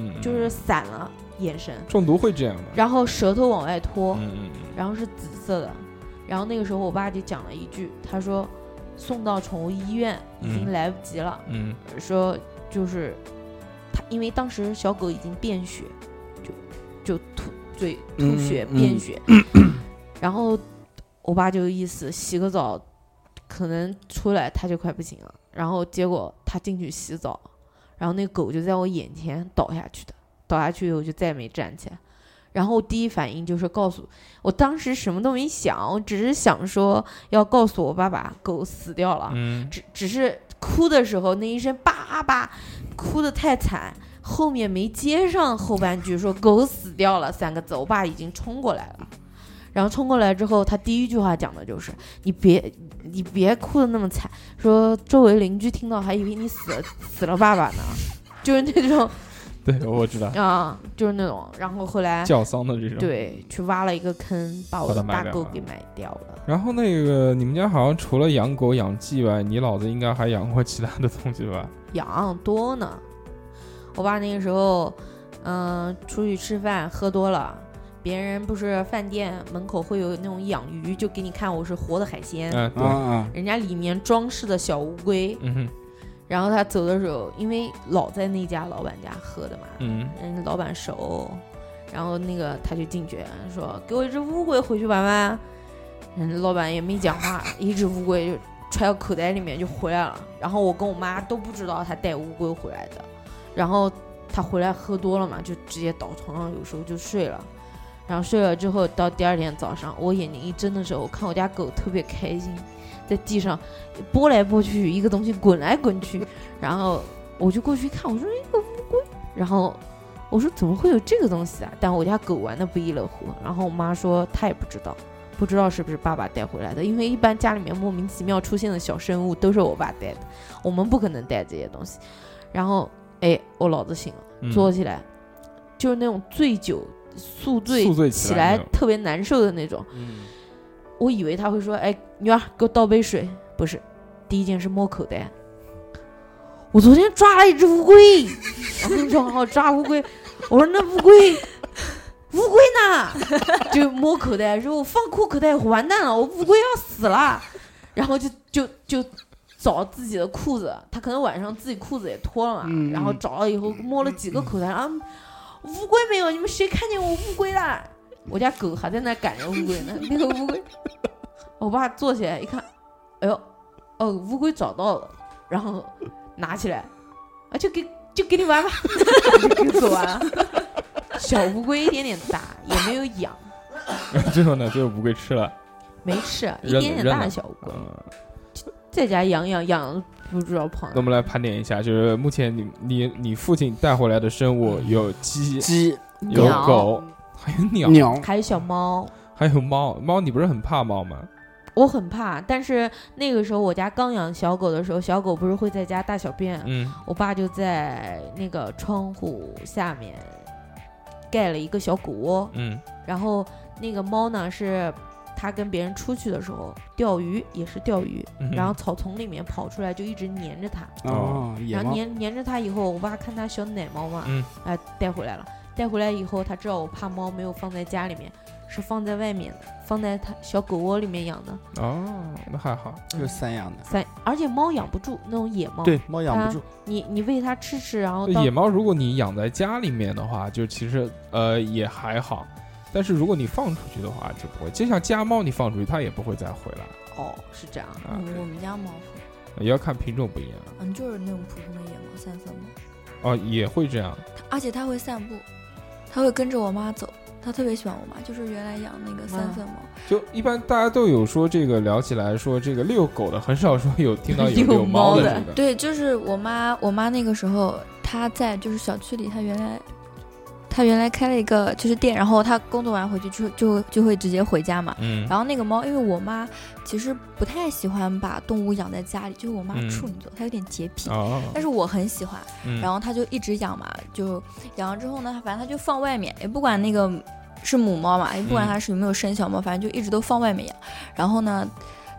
S9: 嗯嗯，
S2: 就是散了眼神，
S9: 中毒会这样的。
S2: 然后舌头往外拖，
S9: 嗯嗯嗯，
S2: 然后是紫色的。然后那个时候我爸就讲了一句，他说送到宠物医院已经
S9: 嗯
S2: 来不及了，
S9: 嗯，
S2: 说就是他，因为当时小狗已经变血，就就吐嘴吐
S4: 嗯
S2: 血、
S4: 嗯
S2: 变血，然后我爸就意思洗个澡，可能出来他就快不行了，然后结果他进去洗澡，然后那狗就在我眼前倒下去的，倒下去以后就再也没站起来。然后第一反应就是告诉我，当时什么都没想，我只是想说要告诉我爸爸狗死掉了，
S9: 嗯，
S2: 只只是哭的时候那一声叭啊叭，哭的太惨，后面没接上后半句，说狗死掉了三个字，我爸已经冲过来了。然后冲过来之后，他第一句话讲的就是：“你别，你别哭的那么惨。”说周围邻居听到还以为你死了死了爸爸呢，就是那种
S9: 对，我知道，
S2: 啊、就是那种。然后后来
S9: 叫丧的这种。。
S2: 对去挖了一个坑，把我
S9: 把它
S2: 的
S9: 埋
S2: 大
S9: 掉
S2: 狗
S9: 了
S2: 给埋掉了。
S9: 然后那个你们家好像除了养狗养鸡以外，你老子应该还养过其他的东西吧？
S2: 养多呢。我爸那个时候，嗯、出去吃饭喝多了，别人不是饭店门口会有那种养鱼，就给你看我是活的海鲜，
S9: 嗯，对
S4: 啊，啊，
S2: 人家里面装饰的小乌龟。
S9: 嗯哼
S2: 然后他走的时候，因为老在那家老板家喝的嘛，
S9: 嗯，
S2: 人家老板熟，然后那个他就进去说：“给我一只乌龟回去玩玩。”人家老板也没讲话，一只乌龟就揣到口袋里面就回来了。然后我跟我妈都不知道他带乌龟回来的。然后他回来喝多了嘛，就直接倒床上，有时候就睡了。然后睡了之后，到第二天早上，我眼睛一睁的时候，我看我家狗特别开心，在地上拨来拨去，一个东西滚来滚去。然后我就过去一看，我说一个乌龟。然后我说怎么会有这个东西啊？但我家狗玩的不亦乐乎。然后我妈说她也不知道，不知道是不是爸爸带回来的，因为一般家里面莫名其妙出现的小生物都是我爸带的，我们不可能带这些东西。然后哎，我老子醒了，
S9: 嗯
S2: 坐起来，就是那种醉酒宿醉
S9: 宿醉起
S2: 起
S9: 来那
S2: 来
S9: 种
S2: 特别难受的那种。
S4: 嗯，
S2: 我以为他会说：“哎，女儿，给我倒杯水。”不是，第一件是摸口袋。我昨天抓了一只乌龟，我跟你说，我抓乌龟。我说那乌龟，乌龟呢？就摸口袋，说我放裤口袋完蛋了，我乌龟要死了。然后就就就找自己的裤子，他可能晚上自己裤子也脱了嘛，
S4: 嗯
S2: 然后找了以后摸了几个口袋啊，乌龟没有，你们谁看见我乌龟啦？我家狗还在那赶着乌龟 呢，那个乌龟，我爸坐起来一看，哎呦，哦，乌龟找到了，然后拿起来，啊，就给就给你玩吧，就给狗玩了。小乌龟一点点大，也没有痒，
S9: 最后呢，最后乌龟吃了，
S2: 没 事，一
S9: 认了
S2: 点点
S9: 认
S2: 大
S9: 了
S2: 的小乌龟，
S9: 嗯。
S2: 在家养养养，不知道跑
S9: 那
S2: 哪
S9: 我。们来盘点一下，就是目前你你你父亲带回来的生物有鸡、
S4: 鸡、
S9: 有
S2: 鸟
S9: 狗，还有鸟，
S4: 鸟，
S2: 还有小猫，
S9: 还有猫。猫你不是很怕猫吗？
S2: 我很怕。但是那个时候我家刚养小狗的时候，小狗不是会在家大小便，啊
S9: 嗯，
S2: 我爸就在那个窗户下面盖了一个小狗窝，
S9: 嗯，
S2: 然后那个猫呢是。它跟别人出去的时候钓鱼也是钓鱼，
S9: 嗯
S2: 然后草丛里面跑出来就一直粘着它，
S4: 哦，野
S2: 然后
S4: 猫，
S2: 粘粘着它以后，我爸看它小奶猫嘛，
S9: 嗯
S2: 哎、带回来了。带回来以后，他知道我怕猫，没有放在家里面，是放在外面的，放在他小狗窝里面养的。
S9: 哦，那还好。
S4: 就是散养的。
S2: 三，而且猫养不住那种野猫，
S4: 对，猫养不住，
S2: 你你喂它吃吃，然后到
S9: 呃野猫如果你养在家里面的话，就其实呃也还好，但是如果你放出去的话就不会。就像家猫，你放出去它也不会再回来，
S2: 哦是这样，
S9: 啊
S11: 嗯我们家猫会，
S9: 也要看品种不一样
S11: 嗯，就是那种普通的野猫，三色猫，
S9: 哦，也会这样。
S11: 它而且它会散步，它会跟着我妈走，它特别喜欢我妈，就是原来养那个三色猫，
S9: 就一般大家都有说这个聊起来说这个遛狗的，很少说有听到有
S2: 遛
S9: 遛
S2: 猫
S9: 的
S2: 的
S9: 这个。
S11: 对，就是我妈，我妈那个时候她在就是小区里，她原来她原来开了一个就是店，然后她工作完回去就就就会直接回家嘛。
S9: 嗯，
S11: 然后那个猫，因为我妈其实不太喜欢把动物养在家里，就是我妈
S9: 嗯
S11: 处女座，她有点洁癖，
S9: 哦，
S11: 但是我很喜欢，
S9: 嗯
S11: 然后她就一直养嘛，就养了之后呢，反正她就放外面，也不管那个是母猫嘛，也不管
S9: 嗯
S11: 它是有没有生小猫，反正就一直都放外面养。然后呢，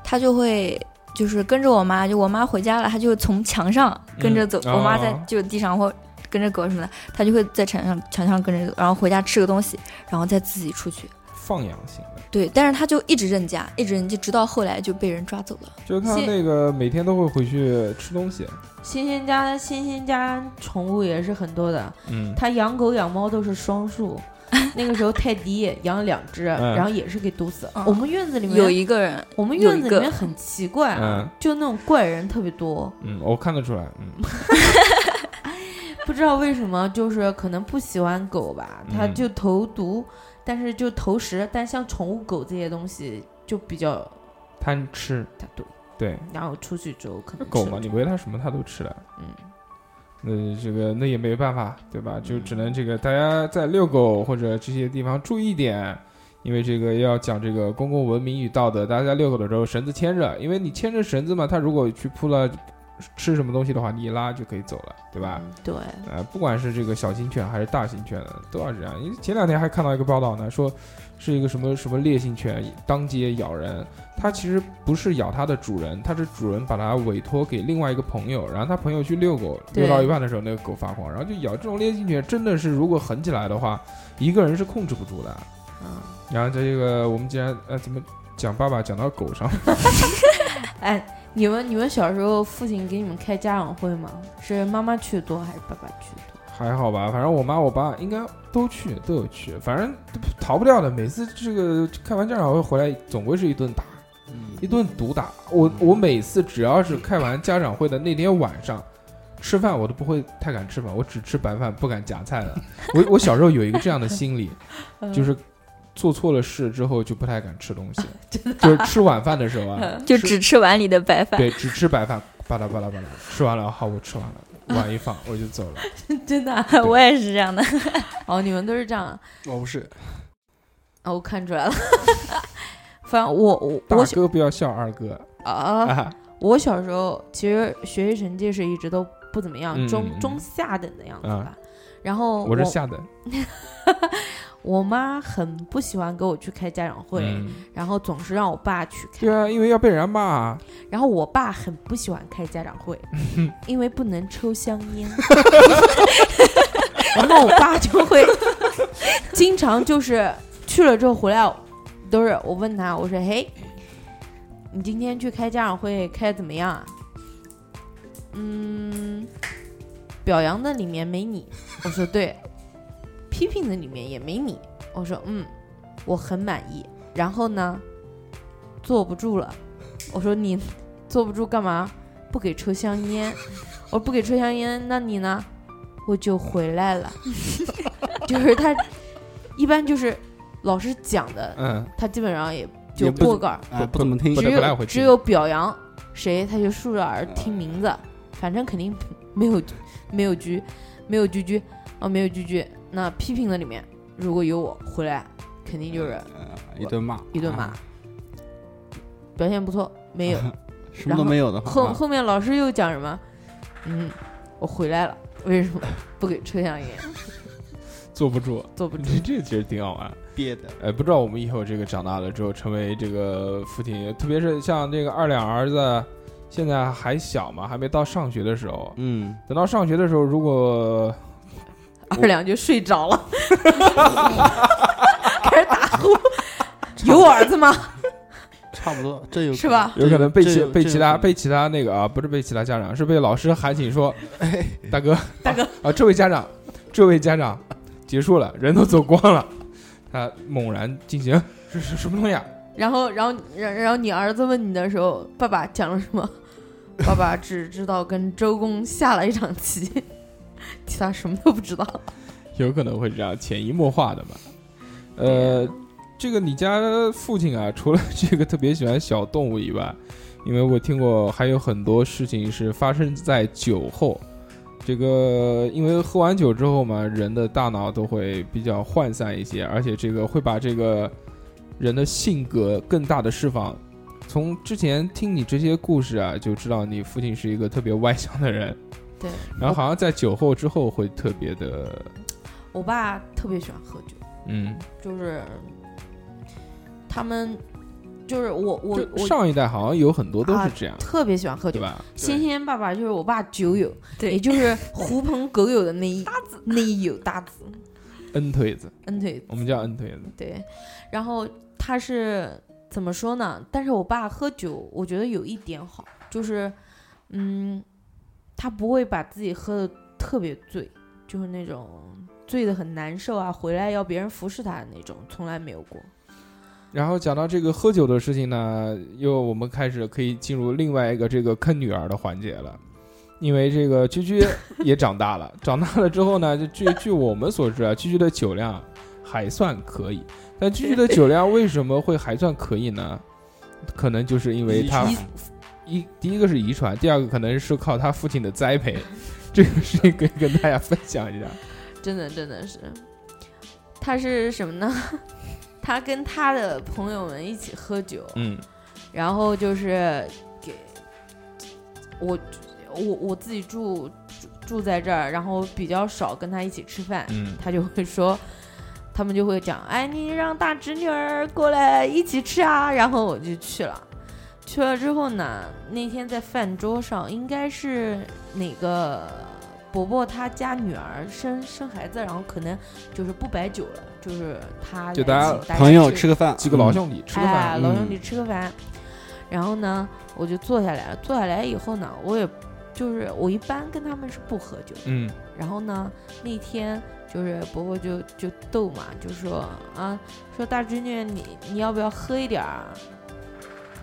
S11: 它就会就是跟着我妈，就我妈回家了，它就从墙上跟着走，
S9: 嗯
S11: 我妈在
S9: 哦
S11: 就地上或跟着狗什么的，它就会在墙上墙上跟着走，然后回家吃个东西，然后再自己出去。
S9: 放养型的，
S11: 对，但是它就一直认家，一直认家，直到后来就被人抓走了。
S9: 就是它
S2: 现
S9: 那个每天都会回去吃东西。
S2: 新鲜家新鲜家宠物也是很多的，
S9: 嗯，
S2: 他养狗养猫都是双 数。那个时候泰迪也养了两只，
S9: 嗯
S2: 然后也是给毒死。
S11: 嗯
S2: 我们院子里面
S11: 有一个人，
S2: 我们
S11: 有
S2: 院
S11: 一
S2: 子里
S11: 个
S2: 面很奇怪，
S9: 嗯
S2: 就那种怪人特别多。
S9: 嗯，我看得出来，嗯，
S2: 不知道为什么，就是可能不喜欢狗吧，
S9: 嗯
S2: 它就投毒，但是就投食，但像宠物狗这些东西就比较
S9: 贪吃，
S2: 它对，
S9: 对，
S2: 然后出去之后可能
S9: 狗
S2: 吃
S9: 嘛，
S2: 不
S9: 你
S2: 住
S9: 喂它什么它都吃的。
S2: 嗯，
S9: 那这个那也没办法，对吧？就
S2: 嗯
S9: 只能这个大家在遛狗或者这些地方注意一点，因为这个要讲这个公共文明与道德。大家在遛狗的时候绳子牵着，因为你牵着绳子嘛，它如果去扑了吃什么东西的话，你一拉就可以走了，对吧？
S2: 嗯对，
S9: 呃，不管是这个小型犬还是大型犬，都要这样。因为前两天还看到一个报道呢，说是一个什么什么烈性犬当街咬人，它其实不是咬它的主人，它是主人把它委托给另外一个朋友，然后他朋友去遛狗，
S2: 对
S9: 遛到一半的时候，那个狗发狂，然后就咬。这种烈性犬真的是，如果狠起来的话，一个人是控制不住的。
S2: 嗯，
S9: 然后这个我们既然呃怎么讲爸爸讲到狗上，
S2: 哎，你们你们小时候父亲给你们开家长会吗？是妈妈去多还是爸爸去多？
S9: 还好吧，反正我妈我爸应该都去，都有去，反正 逃不掉的。每次这个开完家长会回来，总归是一顿打，
S4: 嗯
S9: 一顿毒打。我我每次只要是开完家长会的那天晚上，吃饭我都不会太敢吃饭，我只吃白饭，不敢夹菜的。 我我小时候有一个这样的心理，
S11: 呃
S2: 嗯
S9: 就是做错了事之后就不太敢吃东西，就是吃晚饭的时候啊，
S11: 就
S9: 吃
S11: 只吃碗里的白饭。
S9: 对，只吃白饭，巴拉巴拉巴拉，吃完了，好，我吃完了，碗一放我就走了。
S2: 真的啊、
S11: 我也是这样的。
S2: 哦，你们都是这样啊，
S4: 我不是，
S2: 哦，我看出来了。 反正我我
S9: 大
S2: 我小
S9: 哥不要笑二哥
S2: 啊，
S9: 啊！
S2: 我小时候其实学习成绩是一直都不怎么样，
S9: 嗯嗯
S2: 中
S9: 嗯
S2: 中下等的样子
S9: 啊
S2: 吧。然后
S9: 我是下等，
S2: 我妈很不喜欢给我去开家长会，
S9: 嗯
S2: 然后总是让我爸去开。
S9: 对啊，因为要被人家骂啊。
S2: 然后我爸很不喜欢开家 长会，因为不能抽香烟。 然后我爸就 会经常就是去了之后回来，都是我问他，我说：“嘿，你今天去开家长会开得怎么样啊？”嗯，表扬的里面没你，我说对，批评的里面也没你，我说嗯，我很满意。然后呢，坐不住了，我说你坐不住干嘛？不给抽香烟，我说不给抽香烟，那你呢？我就回来了， 就是他一般就是老师讲的，
S9: 嗯，
S2: 他基本上也就
S4: 也不
S2: 过个儿，
S4: 哎，不怎么听
S9: 不
S2: 只
S9: 得不来回
S2: 有
S9: 去
S2: 只有表扬谁，他就竖着耳听名字，反正肯定没有没有居没有居居哦，没有居居。那批评的里面如果有我回来，肯定就是
S4: 呃一顿骂，
S2: 一顿骂
S4: 啊，，
S2: 表现不错，没有。
S4: 什么都没有的话，
S2: 后
S4: 啊
S2: 后面老师又讲什么？嗯，我回来了，为什么不给抽香烟？
S9: 坐不住，
S2: 坐不住。
S9: 这这其实挺好玩。
S4: 憋的，
S9: 哎，不知道我们以后这个长大了之后成为这个父亲，特别是像这个二两儿子，现在还小嘛，还没到上学的时候。
S4: 嗯，
S9: 等到上学的时候，如果
S2: 二两就睡着了， 开始打呼。有我儿子吗？
S4: 差不多，这有
S2: 是吧？
S9: 有可能被
S4: 这
S9: 其
S4: 有
S9: 被
S4: 这有
S9: 其他
S4: 可能
S9: 被其他那个啊，不是被其他家长，是被老师喊醒说：“大哥，
S2: 大哥
S9: 啊啊，这位家长，这位家长，结束了，人都走光了。”他猛然进行，是是什么东西啊？
S2: 然后，然后，然然后你儿子问你的时候，爸爸讲了什么？ 爸爸只知道跟周公下了一场棋， 其他什么都不知道。
S9: 有可能会这样潜移默化的嘛。呃，这个你家父亲啊，除了这个特别喜欢小动物以外，因为我听过还有很多事情是发生在酒后。这个因为喝完酒之后嘛，人的大脑都会比较涣散一些，而且这个会把这个人的性格更大的释放。从之前听你这些故事啊，就知道你父亲是一个特别外向的人，
S2: 对，
S9: 然后好像在酒后之后会特别的，
S2: 我爸特别喜欢喝酒，
S9: 嗯，
S2: 就是他们，就是我我
S9: 就
S2: 我
S9: 上一代好像有很多都是
S2: 啊
S9: 这样，
S2: 特别喜欢喝
S9: 对
S2: 酒。
S9: 吧？
S2: 仙仙爸爸就是我爸酒友，也就是狐朋狗友的 那一搭子那一友搭子，
S9: 摁腿子，
S2: 嗯对，
S9: 我们叫摁腿子。
S2: 对，然后他是怎么说呢？但是我爸喝酒，我觉得有一点好，就是，嗯，他不会把自己喝的特别醉，就是那种醉的很难受啊，回来要别人服侍他的那种，从来没有过。
S9: 然后讲到这个喝酒的事情呢，又我们开始可以进入另外一个这个坑女儿的环节了。因为这个居居也长大了， 长大了之后呢，就据据我们所知啊，居居的酒量还算可以。但居居的酒量为什么会还算可以呢？可能就是因为他
S2: 遗
S9: 一第一个是遗传，第二个可能是靠他父亲的栽培。 这个事情可以跟大家分享一下。
S2: 真的真的是，他是什么呢？ 他跟他的朋友们一起喝酒，
S9: 嗯，
S2: 然后就是给我我我自己住住住在这儿，然后比较少跟他一起吃饭，
S9: 嗯
S2: 他就会说，他们就会讲，哎，你让大侄女儿过来一起吃啊，然后我就去了。去了之后呢，那天在饭桌上，应该是哪个伯伯他家女儿生生孩子，然后可能就是不摆酒了，就是他
S9: 就
S2: 来
S9: 大家
S2: 请大
S4: 朋友
S2: 吃
S4: 吃个饭，
S9: 几个老兄弟吃个
S2: 哎，
S9: 饭，
S2: 老
S4: 嗯
S2: 兄弟吃个饭。然后呢，我就坐下来了。坐下来以后呢，我也就是我一般跟他们是不喝酒的。
S9: 嗯，
S2: 然后呢，那天就是伯伯就就逗嘛，就说啊，说大侄女你你要不要喝一点儿？啊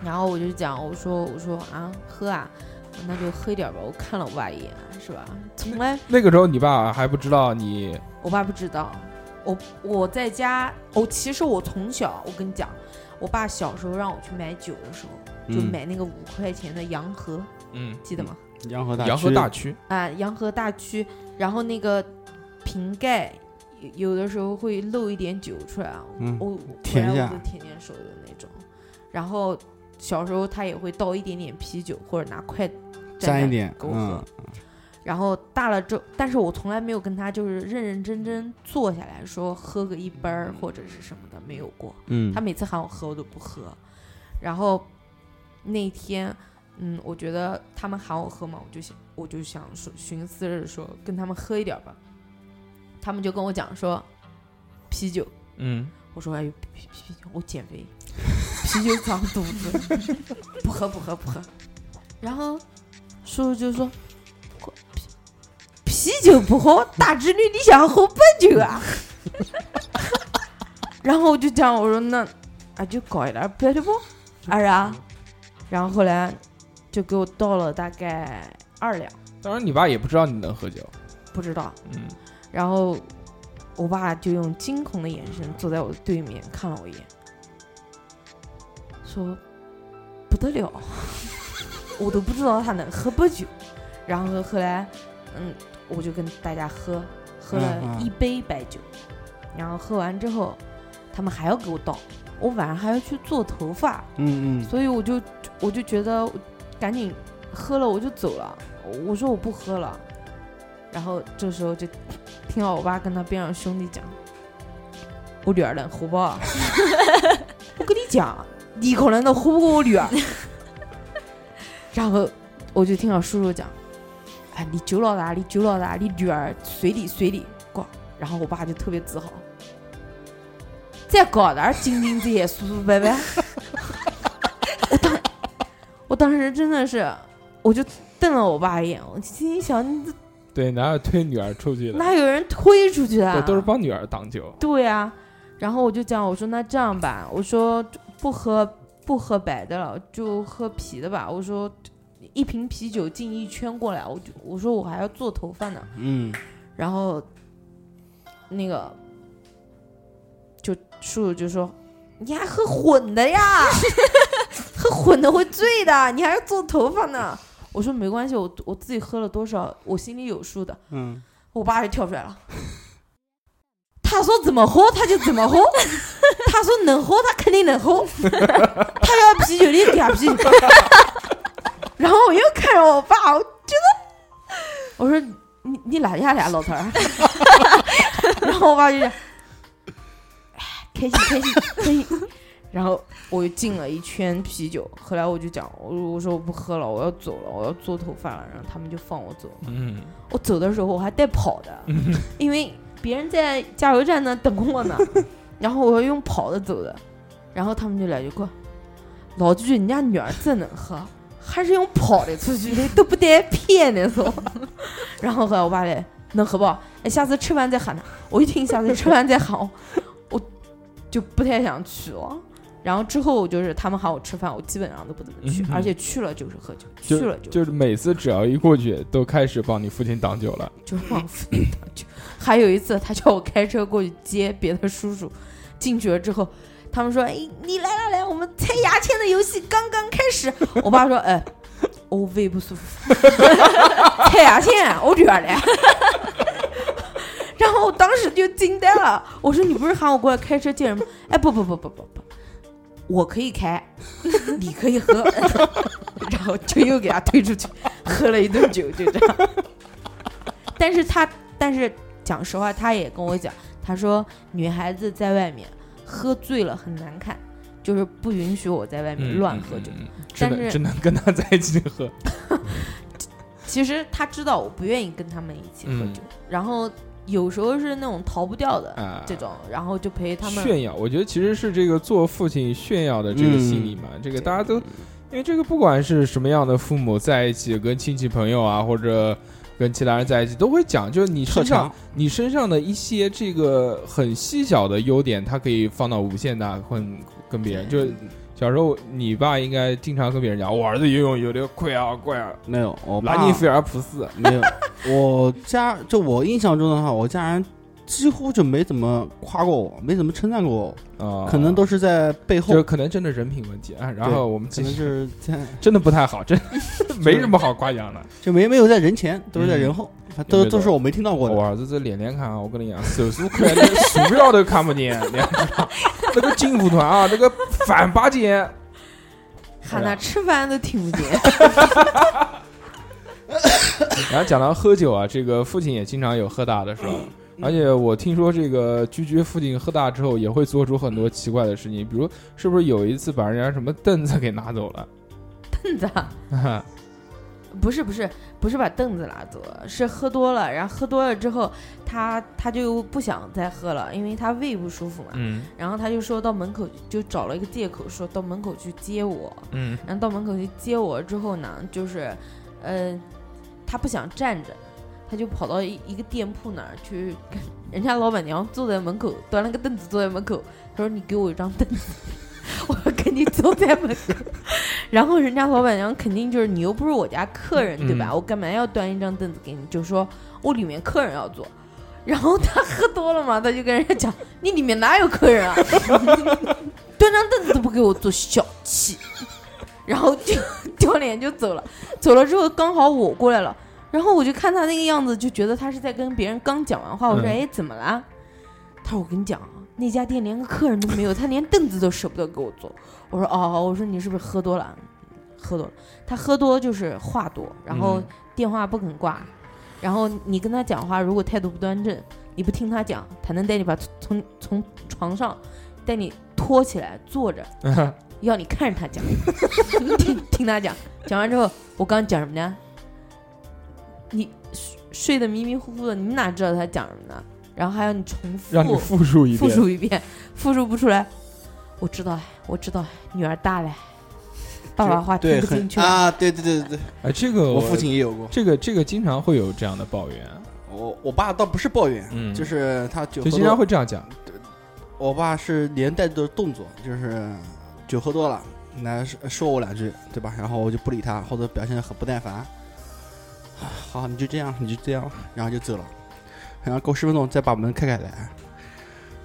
S2: 然后我就讲，我说我说啊喝啊，那就喝一点儿吧。我看了我爸一眼，是吧？ 从来
S9: 那个时候你爸还不知道你，
S2: 我爸不知道，我我在家，我、其实我从小，我跟你讲，我爸小时候让我去买酒的时候，就
S4: 嗯
S2: 买那个五块钱的洋河，
S9: 嗯，
S2: 记得吗？
S4: 洋河大
S9: 洋河
S4: 区
S9: 大区，
S2: 啊，洋河大曲，然后那个瓶盖有有的时候会漏一点酒出来啊，
S4: 嗯
S2: 我
S4: 舔一
S2: 回来
S4: 下
S2: 我就舔舔手的那种。然后小时候他也会倒一点点啤酒，或者拿筷子
S4: 沾
S2: 在
S4: 一点，
S2: 给我喝
S4: 嗯，
S2: 然后大了之后，但是我从来没有跟他就是认认真真坐下来说喝个一杯儿或者是什么的，没有过。
S4: 嗯
S2: 他每次喊我喝，我都不喝。然后那天，嗯，我觉得他们喊我喝嘛，我就想，我就想说寻思着说跟他们喝一点儿吧。他们就跟我讲说啤酒，
S9: 嗯，
S2: 我说哎呦啤啤啤酒，我减肥， 啤酒 长肚子，不喝不喝不喝。然后叔叔就说啤酒不喝，大侄女你想喝白酒啊？ 然后我就讲，我说那啊就搞一点别的不，二啊，然后后来就给我倒了大概二两，
S9: 当然，你爸也不知道你能喝酒。
S2: 不知道，
S9: 嗯，
S2: 然后我爸就用惊恐的眼神坐在我的对面看了我一眼，说不得了，我都不知道他能喝白酒。然后后来，嗯，我就跟大家喝，喝
S4: 嗯
S2: 了
S4: 嗯
S2: 一杯白酒，然后喝完之后，他们还要给我倒，我晚上还要去做头发，
S4: 嗯嗯，
S2: 所以我就我就觉得赶紧喝了我就走了，我说我不喝了，然后这时候就听到我爸跟他边上兄弟讲，我女儿能喝不？我跟你讲，你可能都喝不过我女儿。然后我就听到叔叔讲，哎，你酒老大，你酒老大，你女儿随礼随礼搞。然后我爸就特别自豪，再搞点儿精精这些叔叔伯伯。我当时真的是，我就瞪了我爸一眼，我心里想，你这
S9: 对，哪有推女儿出去的？
S2: 哪有人推出去的啊？
S9: 对，都是帮女儿挡酒。
S2: 对啊，然后我就讲，我说那这样吧，我说不喝不喝白的了，就喝啤的吧。我说一瓶啤酒敬一圈过来，我就我说我还要做头发呢。
S4: 嗯，
S2: 然后那个就叔叔就说：“你还喝混的呀？喝混的会醉的，你还要做头发呢。”我说：“没关系，我我自己喝了多少，我心里有数的。”
S4: 嗯，
S2: 我爸就跳出来了，他说怎么喝他就怎么喝，他说能喝他肯定能喝，他要啤酒你给他啤酒。 然后我又看着我爸，我觉得，我说你你哪家俩老头儿 啊？然后我爸就讲，哎，开心开心开心。然后我又敬了一圈啤酒，后来我就讲，我说我说我不喝了，我要走了，我要做头发了，然后他们就放我走。
S9: 嗯，
S2: 我走的时候我还带跑的，因为别人在加油站那等我 呢，然后我用跑的走的，然后他们就来句过，老句人家女儿真能喝，还是用跑的出去的，都不带骗的说。 然后后来我爸嘞，能喝不？哎，下次吃饭再喊他。我一听下次吃饭再喊我，我就不太想去了。然后之后就是他们喊我吃饭，我基本上都不怎么去
S9: 嗯，哼
S2: 而且去了就是喝酒，去
S9: 就
S2: 了
S9: 就是每次只要一过去，都开始帮你父亲挡酒了。
S2: 就往父亲当去。 还有一次，他叫我开车过去接别的叔叔，进去了之后，他们说：“哎，你来来来，我们猜牙签的游戏刚刚开始。”我爸说：“哎，我胃不舒服， 猜牙签，我女儿来。” 然后我当时就惊呆了，我说：“你不是喊我过来开车接人吗？”哎，不不不不不不。我可以开，你可以喝， 然后就又给他推出去，喝了一顿酒，就这样。 但是他，但是讲实话，他也跟我讲，他说女孩子在外面喝醉了很难看，就是不允许我在外面乱喝酒。
S9: 嗯，嗯嗯嗯只
S2: 但
S9: 能
S2: 是
S9: 只能跟他在一起 喝。
S2: 其实他知道我不愿意跟他们一起喝酒，然后有时候是那种逃不掉的、
S9: 嗯啊，
S2: 这种，然后就陪他们。
S9: 炫耀，我觉得其实是这个做父亲炫耀的这个心理嘛，
S2: 嗯
S9: 这个大家都，因为这个不管是什么样的父母在一起，跟亲戚朋友啊，或者跟其他人在一起，都会讲，就是你
S4: 特
S9: 身上
S4: 长，
S9: 你身上的一些这个很细小的优点，它可以放到无限大跟跟别人。就是小时候，你爸应该经常跟别人讲，我儿子游泳游的快啊快啊，
S4: 没有，我爸
S9: 拉尼菲尔普斯。
S4: 没有， 我家就我印象中的话，我家人几乎就没怎么夸过我，没怎么称赞过我，嗯
S9: 啊，
S4: 可能都是在背后
S9: 就，可能真的人品问题啊。然后我们
S4: 可
S9: 其
S4: 能就
S9: 实
S4: 是在
S9: 真的不太好，真 没什么好夸奖的。
S4: 就没没有在人前，都是在人后，反
S9: 有
S4: 都
S9: 嗯没有
S4: 都是我没听到过
S9: 我
S4: 的。
S9: 儿子这脸脸看啊，我跟你讲，手速快，那个鼠标都看不见， 你要知道那个劲舞团啊，那个反八戒，
S2: 喊他吃饭都 听不见，
S9: 然后讲到喝酒啊，这个父亲也经常有喝大的时候，
S4: 嗯
S9: 而且我听说这个居居父亲喝大之后也会做出很多奇怪的事情，比如是不是有一次把人家什么凳子给拿走了？
S2: 凳子啊不是不是不是把凳子拉走了，是喝多了，然后喝多了之后，他他就不想再喝了，因为他胃不舒服嘛。
S9: 嗯
S2: 然后他就说到门口就找了一个借口，说到门口去接我。
S9: 嗯
S2: 然后到门口去接我之后呢，就是，呃，他不想站着，他就跑到一一个店铺那儿去，人家老板娘坐在门口，端了个凳子坐在门口，他说：“你给我一张凳子， 我要跟你坐在门口。” 然后人家老板娘肯定就是你又不是我家客人对吧？
S9: 嗯
S2: 我干嘛要端一张凳子给你？就说我里面客人要坐。 然后他喝多了嘛，他就跟人家讲：“你里面哪有客人啊？端张凳子都不给我坐，小气。” 然后就丢脸就走了。走了之后，刚好我过来了，然后我就看他那个样子，就觉得他是在跟别人刚讲完话。我说：“
S9: 嗯
S2: 哎，怎么啦？”他说：“我跟你讲啊，那家店连个客人都没有，他连凳子都舍不得给我坐。”我说：“哦，我说你是不是喝多了？喝多了。”他喝多就是话多，然后
S9: 嗯
S2: 电话不肯挂，然后你跟他讲话，如果态度不端正，你不听他讲，他能带你把从从床上带你拖起来坐着，要你看着他讲， 听听他讲，讲完之后，我刚讲什么呢？你睡睡得迷迷糊糊的，你哪知道他讲什么呢？然后还要你重复
S9: 让你复述一
S2: 复
S9: 遍。
S2: 述一遍，复述不出来，我知道了，我知道了，女儿大了，爸爸话听
S4: 对，
S2: 不
S4: 很
S2: 进去了。
S4: 啊，对对对对对，
S9: 哎，这个
S4: 我父亲也有过。
S9: 这个这个经常会有这样的抱怨，
S4: 我我爸倒不是抱怨，
S9: 嗯
S4: 就是他酒喝
S9: 就经常
S4: 多。
S9: 会这样讲。
S4: 我爸是连带的动作，就是酒喝多了，来说说我两句，对吧？然后我就不理他，或者表现得很不耐烦。 好，你就这样，你就这样，然后就走了。然后过十分钟再把门开开来，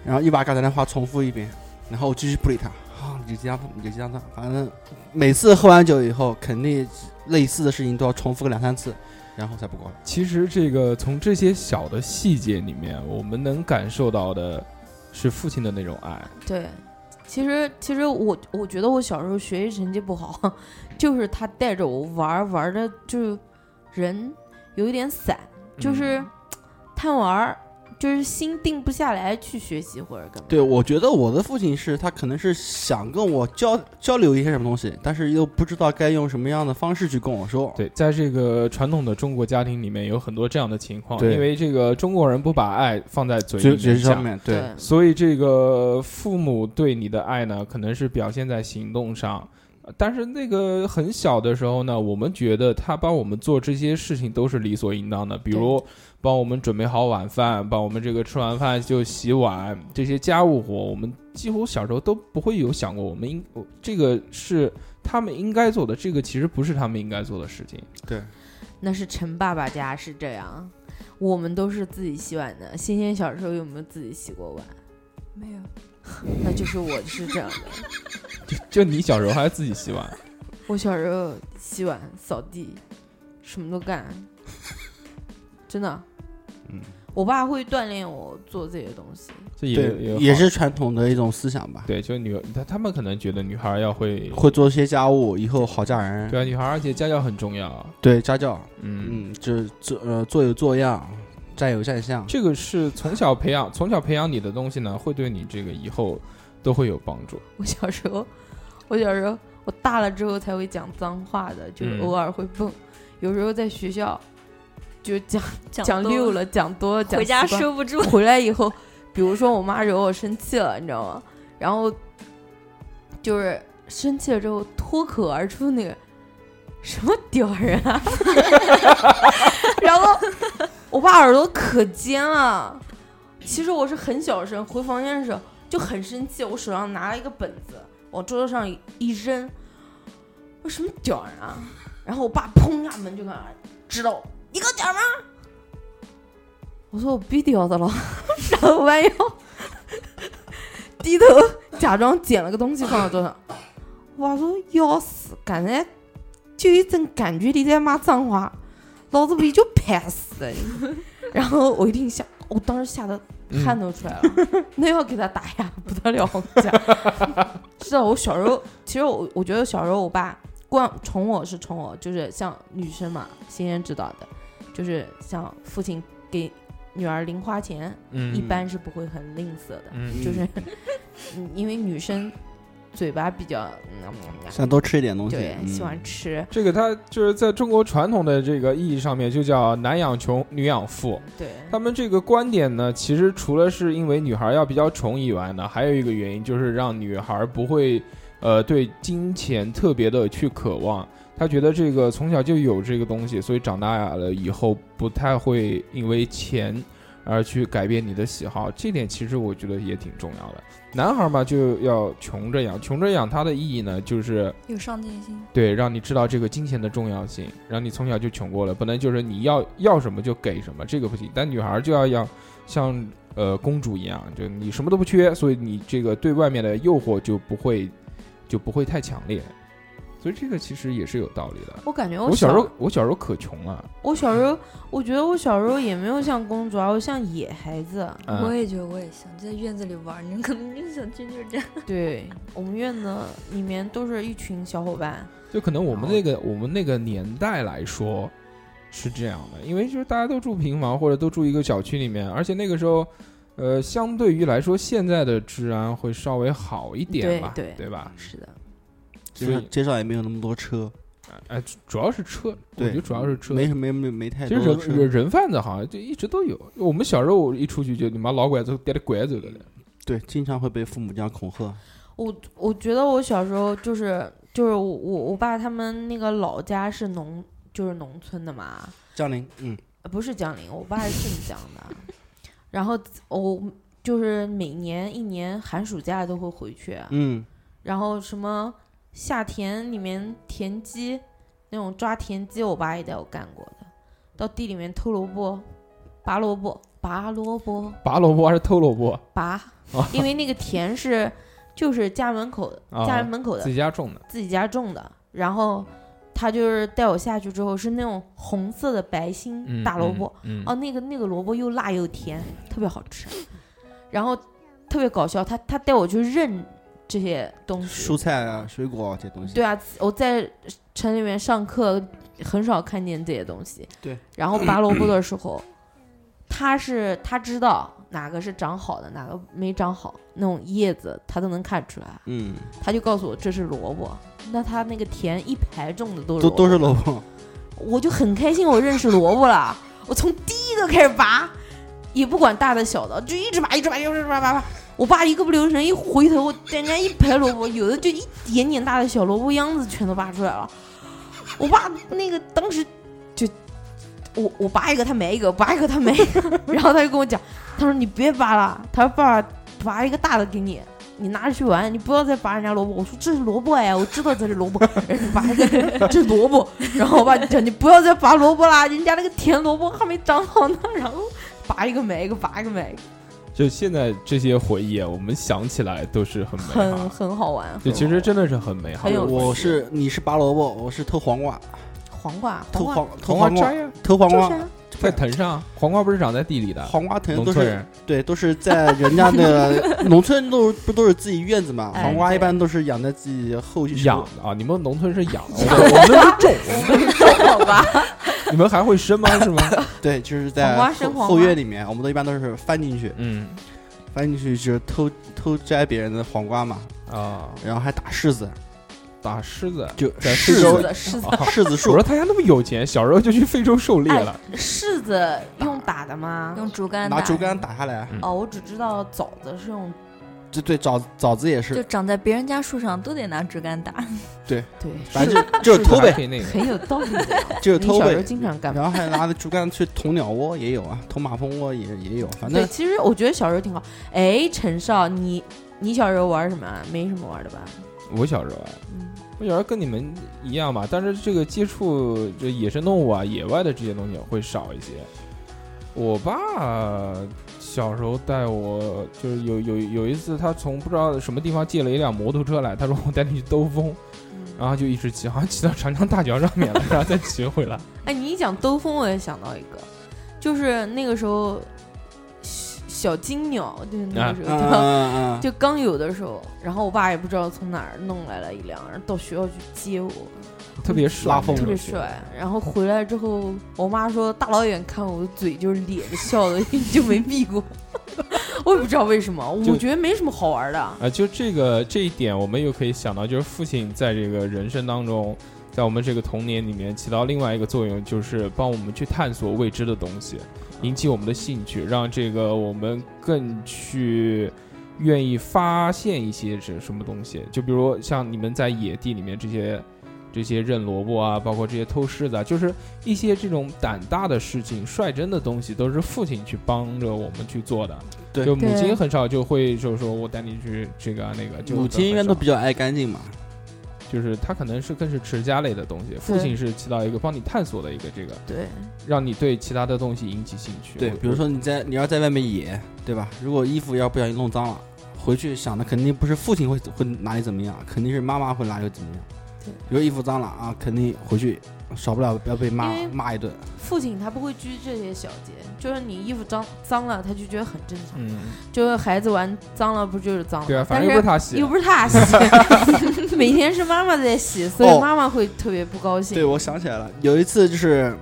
S4: 然后又把刚才的话重复一遍，然后我继续不理他。啊，你就这样，你就这样，反正每次喝完酒以后，肯定类似的事情都要重复个两三次，然后才不管。
S9: 其实这个从这些小的细节里面，我们能感受到的是父亲的那种爱。
S2: 对，其实其实我我觉得我小时候学习成绩不好， 就是他带着我玩儿玩的，就是人有一点散，就是贪玩儿，就是心定不下来去学习或者干嘛。
S4: 对，我觉得我的父亲是他可能是想跟我交交流一些什么东西，但是又不知道该用什么样的方式去跟我说。
S9: 对，在这个传统的中国家庭里面，有很多这样的情况，
S4: 对
S9: 因为这个中国人不把爱放在嘴
S4: 嘴
S9: 里
S4: 嘴
S9: 面
S4: 上
S9: 讲，
S4: 面对，
S9: 所以这个父母对你的爱呢，可能是表现在行动上。呃但是那个很小的时候呢，我们觉得他帮我们做这些事情都是理所应当的，比如帮我们准备好晚饭，帮我们这个吃完饭就洗碗，这些家务活，我们几乎小时候都不会有想过，我们应我这个是他们应该做的，这个其实不是他们应该做的事情。
S2: 那是陈爸爸家是这样，我们都是自己洗碗的。欣欣小时候有没有自己洗过碗？
S11: 没有，
S2: 那就是我是这样的，
S9: 就就你小时候还自己洗碗，
S2: 我小时候洗碗、扫地，什么都干，真的。
S4: 嗯，
S2: 我爸会锻炼我做这些东西。
S9: 这也
S4: 对，
S9: 好
S4: 也是传统的一种思想吧。
S9: 对，就女他他们可能觉得女孩要会
S4: 会做一些家务，以后好嫁人。
S9: 对啊，女孩儿而且家教很重要。啊
S4: 对家教，
S9: 嗯，
S4: 嗯，就是做呃做有做样，站有站相。
S9: 这个是从小培养，从小培养你的东西呢，会对你这个以后都会有帮助。
S2: 我小时候，我小时候，我大了之后才会讲脏话的，就是
S9: 嗯
S2: 偶尔会蹦，有时候在学校就讲
S11: 讲
S2: 讲
S11: 多
S2: 溜，了，讲多了，讲
S11: 回家
S2: 习惯
S11: 收不住。
S2: 回来以后，比如说我妈惹我生气了，你知道吗？然后就是生气了之后脱口而出那个什么屌人啊，然后我爸耳朵可尖了。其实我是很小声，回房间的时候就很生气，我手上拿了一个本子往桌子上一扔，我什么屌人啊！然后我爸砰一下门就开始知道我你给我讲什么？我说我逼掉的了，然后弯腰低头假装捡了个东西放到桌上，我爸说要死，刚才就有一阵感觉你在骂脏话，老子不就拍死的你？ 然后我一听吓，我当时吓得
S9: 嗯
S2: 汗都出来了， 那要给他打呀不得了，我跟你讲， 知道我小时候，其实我我觉得小时候我爸惯宠我是宠我，就是像女生嘛，欣欣知道的，就是像父亲给女儿零花钱，
S9: 嗯
S2: 一般是不会很吝啬的，
S9: 嗯
S2: 就是嗯因为女生嘴巴比较，嗯
S4: 想多吃一点东西，
S2: 对，
S4: 嗯
S2: 喜欢吃，
S9: 这个它就是在中国传统的这个意义上面，就叫男养穷，女养富。
S2: 对，
S9: 他们这个观点呢，其实除了是因为女孩要比较穷以外呢，还有一个原因就是让女孩不会呃对金钱特别的去渴望。他觉得这个从小就有这个东西，所以长大了以后不太会因为钱而去改变你的喜好。这点其实我觉得也挺重要的。男孩嘛，就要穷着养，穷着养它的意义呢，就是
S11: 有上进心。
S9: 对让你知道这个金钱的重要性，让你从小就穷过了，不能就是你要要什么就给什么，这个不行。但女孩就要要像呃公主一样，就你什么都不缺，所以你这个对外面的诱惑就不会就不会太强烈。所以这个其实也是有道理的。
S2: 我感觉
S9: 我小时候，我小时候可穷了。
S2: 我小时候，我觉得我小时候也没有像公主啊，我像野孩子。
S9: 嗯
S11: 我也觉得我也想就在院子里玩儿，你可能就想去就是这 样。
S2: 对我们院子里面都是一群小伙伴，
S9: 就可能我们那个我们那个年代来说是这样的，因为就是大家都住平房或者都住一个小区里面，而且那个时候，呃，相对于来说现在的治安会稍微好一点吧，
S2: 对
S9: 吧？
S2: 是的，
S9: 所
S4: 街上
S9: 以，
S4: 街上也没有那么多车，
S9: 哎，主主要是车，我
S4: 对
S9: 觉得主要是车。
S4: 没什没没没太
S9: 其
S4: 多的
S9: 实人人
S4: 车。
S9: 人贩子好像就一直都有。我们小时候一出去就你妈老拐子带着拐走了的，
S4: 对，经常会被父母这样恐吓。
S2: 我我觉得我小时候就是就是我我我爸他们那个老家是农就是农村的嘛，
S4: 江林，嗯，
S2: 呃不是江陵，我爸是镇江的。啊 然后我就是每年一年寒暑假都会回去，啊
S4: 嗯，
S2: 然后什么下田里面田鸡那种抓田鸡，我爸也带我干过的。到地里面偷萝卜，拔萝卜，拔萝卜，
S9: 拔萝卜还是偷萝卜？
S2: 拔，
S9: 哦
S2: 因为那个田是就是家 门口
S9: 啊
S2: 家人门口的
S9: 自己家种的，
S2: 自己家种的，然后他就是带我下去之后是那种红色的白心
S9: 嗯
S2: 大萝卜，，
S9: 嗯，嗯
S2: 哦，那个那个萝卜又辣又甜，特别好吃。然后特别搞笑，他他带我去认这些东西
S4: 蔬，菜啊、水果啊这些东西。
S2: 对啊，我在城里面上课很少看见这些东西。
S4: 对，
S2: 然后拔萝卜的时候，他是他知道哪个是长好的，哪个没长好，那种叶子他都能看出来。
S4: 嗯，
S2: 他就告诉我这是萝卜，那他那个田一排种的都是
S4: 都都是
S2: 卜，
S4: 萝卜。
S2: 我就很开心，我认识萝卜了。我从第一个开始拔，也不管大的小的，就一直拔，一直拔，一直拔，拔拔。我爸一个不留神，一回头，人家一排萝卜，有的就一点点大的小萝卜秧子全都拔出来了。我爸那个当时就，我我拔一个他埋一个，拔一个他埋一个，然后他就跟我讲，他说你别拔了，他说爸拔一个大的给你，你拿着去玩，你不要再拔人家萝卜。我说这是萝卜哎，我知道这是萝卜， 人家拔一个 这是萝卜，然后我爸就讲你不要再拔萝卜啦，人 家那个甜萝卜还没长好呢， 然后拔一个埋一个，拔一个埋一个，
S9: 就现在这些回忆，我们想起来都是很美好
S2: 很。很好玩。
S9: 就
S2: 很
S9: 其
S2: 好
S9: 实
S2: 玩
S9: 真的是很美好
S2: 很。有
S4: 我是你是拔萝卜，我是偷黄瓜，
S2: 黄瓜，
S4: 偷
S2: 瓜
S4: 黄偷黄瓜，
S9: 呀，
S4: 偷黄
S2: 就是
S4: 瓜，
S2: 啊，
S9: 在藤上，黄瓜不是长在地里的，
S4: 黄瓜藤
S9: 农
S4: 都
S9: 村
S4: 是
S9: 人
S4: 对，都是在人家的农村都不都是自己院子嘛，
S2: 哎
S4: 黄瓜一
S2: 对
S4: 般都是养在自己后续
S9: 养的啊，你们农村是养 的，我我们是种，我们
S2: 好 吧，
S9: 你们还会生吗？是吗？
S4: 对，就是
S2: 黄
S4: 在
S2: 瓜
S4: 后
S2: 生黄
S4: 后
S2: 瓜
S4: 院里面，我们都一般都是翻进去，
S9: 嗯
S4: 翻进去就是偷偷摘别人的黄瓜嘛，
S9: 啊，
S4: 然后还打柿子，
S9: 打狮子。
S4: 就
S9: 在
S4: 柿
S9: 非洲
S4: 子
S2: 的柿子，
S4: 柿子
S9: 我
S4: 树
S9: 说他家那么有钱，小时候就去非洲狩猎
S2: 哎
S9: 了。，
S2: 柿子用打的吗？
S11: 用竹竿
S4: 拿
S11: 打，
S4: 竹竿打下来，
S2: 哦，我只知道枣子是用
S4: 这对枣枣子也，
S11: 就是长在别人家树上都得拿竹竿打。
S2: 对，
S4: 反正就
S9: 柿
S4: 就是
S9: 子
S4: 偷
S9: 还
S4: 呗，
S9: 可以那个
S2: 很有道理的。
S4: 就是
S2: 你
S4: 偷
S2: 小时候
S4: 呗，
S2: 经常干嘛？
S4: 然后还拿着竹竿去捅鸟窝也有啊，捅马蜂窝也也有，反
S2: 对，
S4: 正
S2: 其实我觉得小时候挺好。哎，陈少，你你小时候玩什么啊？没什么玩的吧？
S9: 我小时候啊，
S2: 嗯，
S9: 我小时候跟你们一样吧，但是这个接触这野生动物啊、野外的这些东西会少一些。我爸小时候带我，就是有有有一次，他从不知道什么地方借了一辆摩托车来，他说我带你去兜风，然后就一直骑，好像骑到长江大桥上面了，然后再骑回来。
S2: 哎，你一讲兜风，我也想到一个，就是那个时候小小金鸟， 就是那个时候
S4: 嗯
S9: 啊
S2: 叫、
S4: 嗯嗯嗯，
S2: 就刚有的时候，然后我爸也不知道从哪儿弄来了一辆，然后到学校去接我，
S9: 特别帅，
S4: 拉风
S2: 特别帅。然后回来之后，我妈说大老远看我的嘴就是咧着笑的， 就没闭过。我也不知道为什么，
S9: 就
S2: 我觉得没什么好玩的。
S9: 啊，就这个这一点，我们又可以想到，就是父亲在这个人生当中，在我们这个童年里面起到另外一个作用，就是帮我们去探索未知的东西，引起我们的兴趣，让这个我们更去愿意发现一些是什么东西。就比如像你们在野地里面这些。这些认萝卜啊，包括这些偷柿子啊，就是一些这种胆大的事情、率真的东西，都是父亲去帮着我们去做的。
S4: 对
S9: 就母
S11: 对
S9: 亲很少就会就是说我带你去这个啊那个，就
S4: 母亲一般
S9: 很
S4: 都
S9: 少
S4: 比较爱干净嘛，
S9: 就是他可能是更是持家类的东西，父亲是起到一个帮你探索的一个这个，
S2: 对，
S9: 让你对其他的东西引起兴趣。
S4: 对，
S9: 我
S4: 比如说你在你要在外面野，对吧？如果衣服要不小心弄脏了，回去想的肯定不是父亲会会哪里怎么样，肯定是妈妈会哪里怎么样。
S2: 对
S4: 比如衣服脏了啊，肯定回去少不了要被骂
S2: 因为
S4: 骂一顿。
S2: 父亲他不会拘这些小节，就是你衣服脏脏了，他就觉得很正常。
S9: 嗯，
S2: 就是孩子玩脏了，不就是脏了？
S9: 对啊，反
S2: 但
S9: 正
S2: 是
S9: 又不是他洗
S2: 又
S9: 的，
S2: 不是他洗，每天是妈妈在洗，所以
S4: 哦
S2: 妈妈会特别不高兴。
S4: 对，我想起来了，有一次就是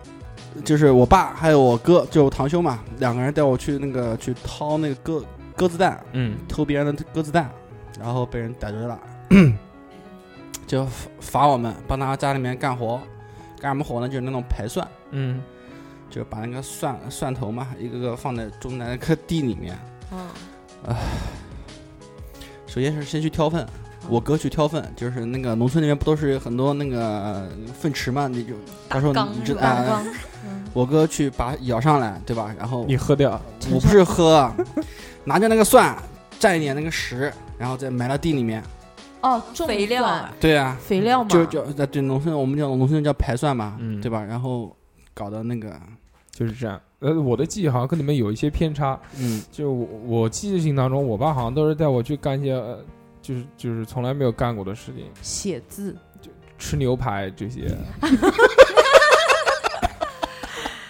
S4: 就是我爸还有我哥，就我堂兄嘛，两个人带我去那个去掏那个鸽鸽子蛋，
S9: 嗯，
S4: 偷别人的鸽子蛋，然后被人逮着了，就罚罚我们帮他家里面干活，干什么活呢？就是那种排蒜。
S9: 嗯，
S4: 就把那个蒜蒜头嘛，一个个放在中南那个地里面。
S2: 嗯，
S4: 首先是先去挑粪，我哥去挑粪，就是那个农村那边不都是很多那个粪池嘛，你就到时候
S11: 缸
S4: 你
S11: 是
S4: 就
S11: 吧
S2: 大
S4: 啊
S2: 缸，，
S4: 我哥去把舀上来，对吧？然后
S9: 你喝掉，
S4: 我不是喝，啊拿着那个蒜蘸一点那个石，然后再埋到地里面。
S2: 哦，种
S11: 肥料
S2: 蒜
S11: 啊
S4: 对啊，
S2: 肥料嘛，
S4: 就就在对农村我们叫农村叫排蒜嘛，
S9: 嗯
S4: 对吧？然后搞的那个，
S9: 就是这样。呃，我的记忆好像跟你们有一些偏差，
S4: 嗯，
S9: 就我我记性当中，我爸好像都是带我去干一些，呃、就是就是从来没有干过的事情，
S2: 写字。
S9: 吃牛排这 些。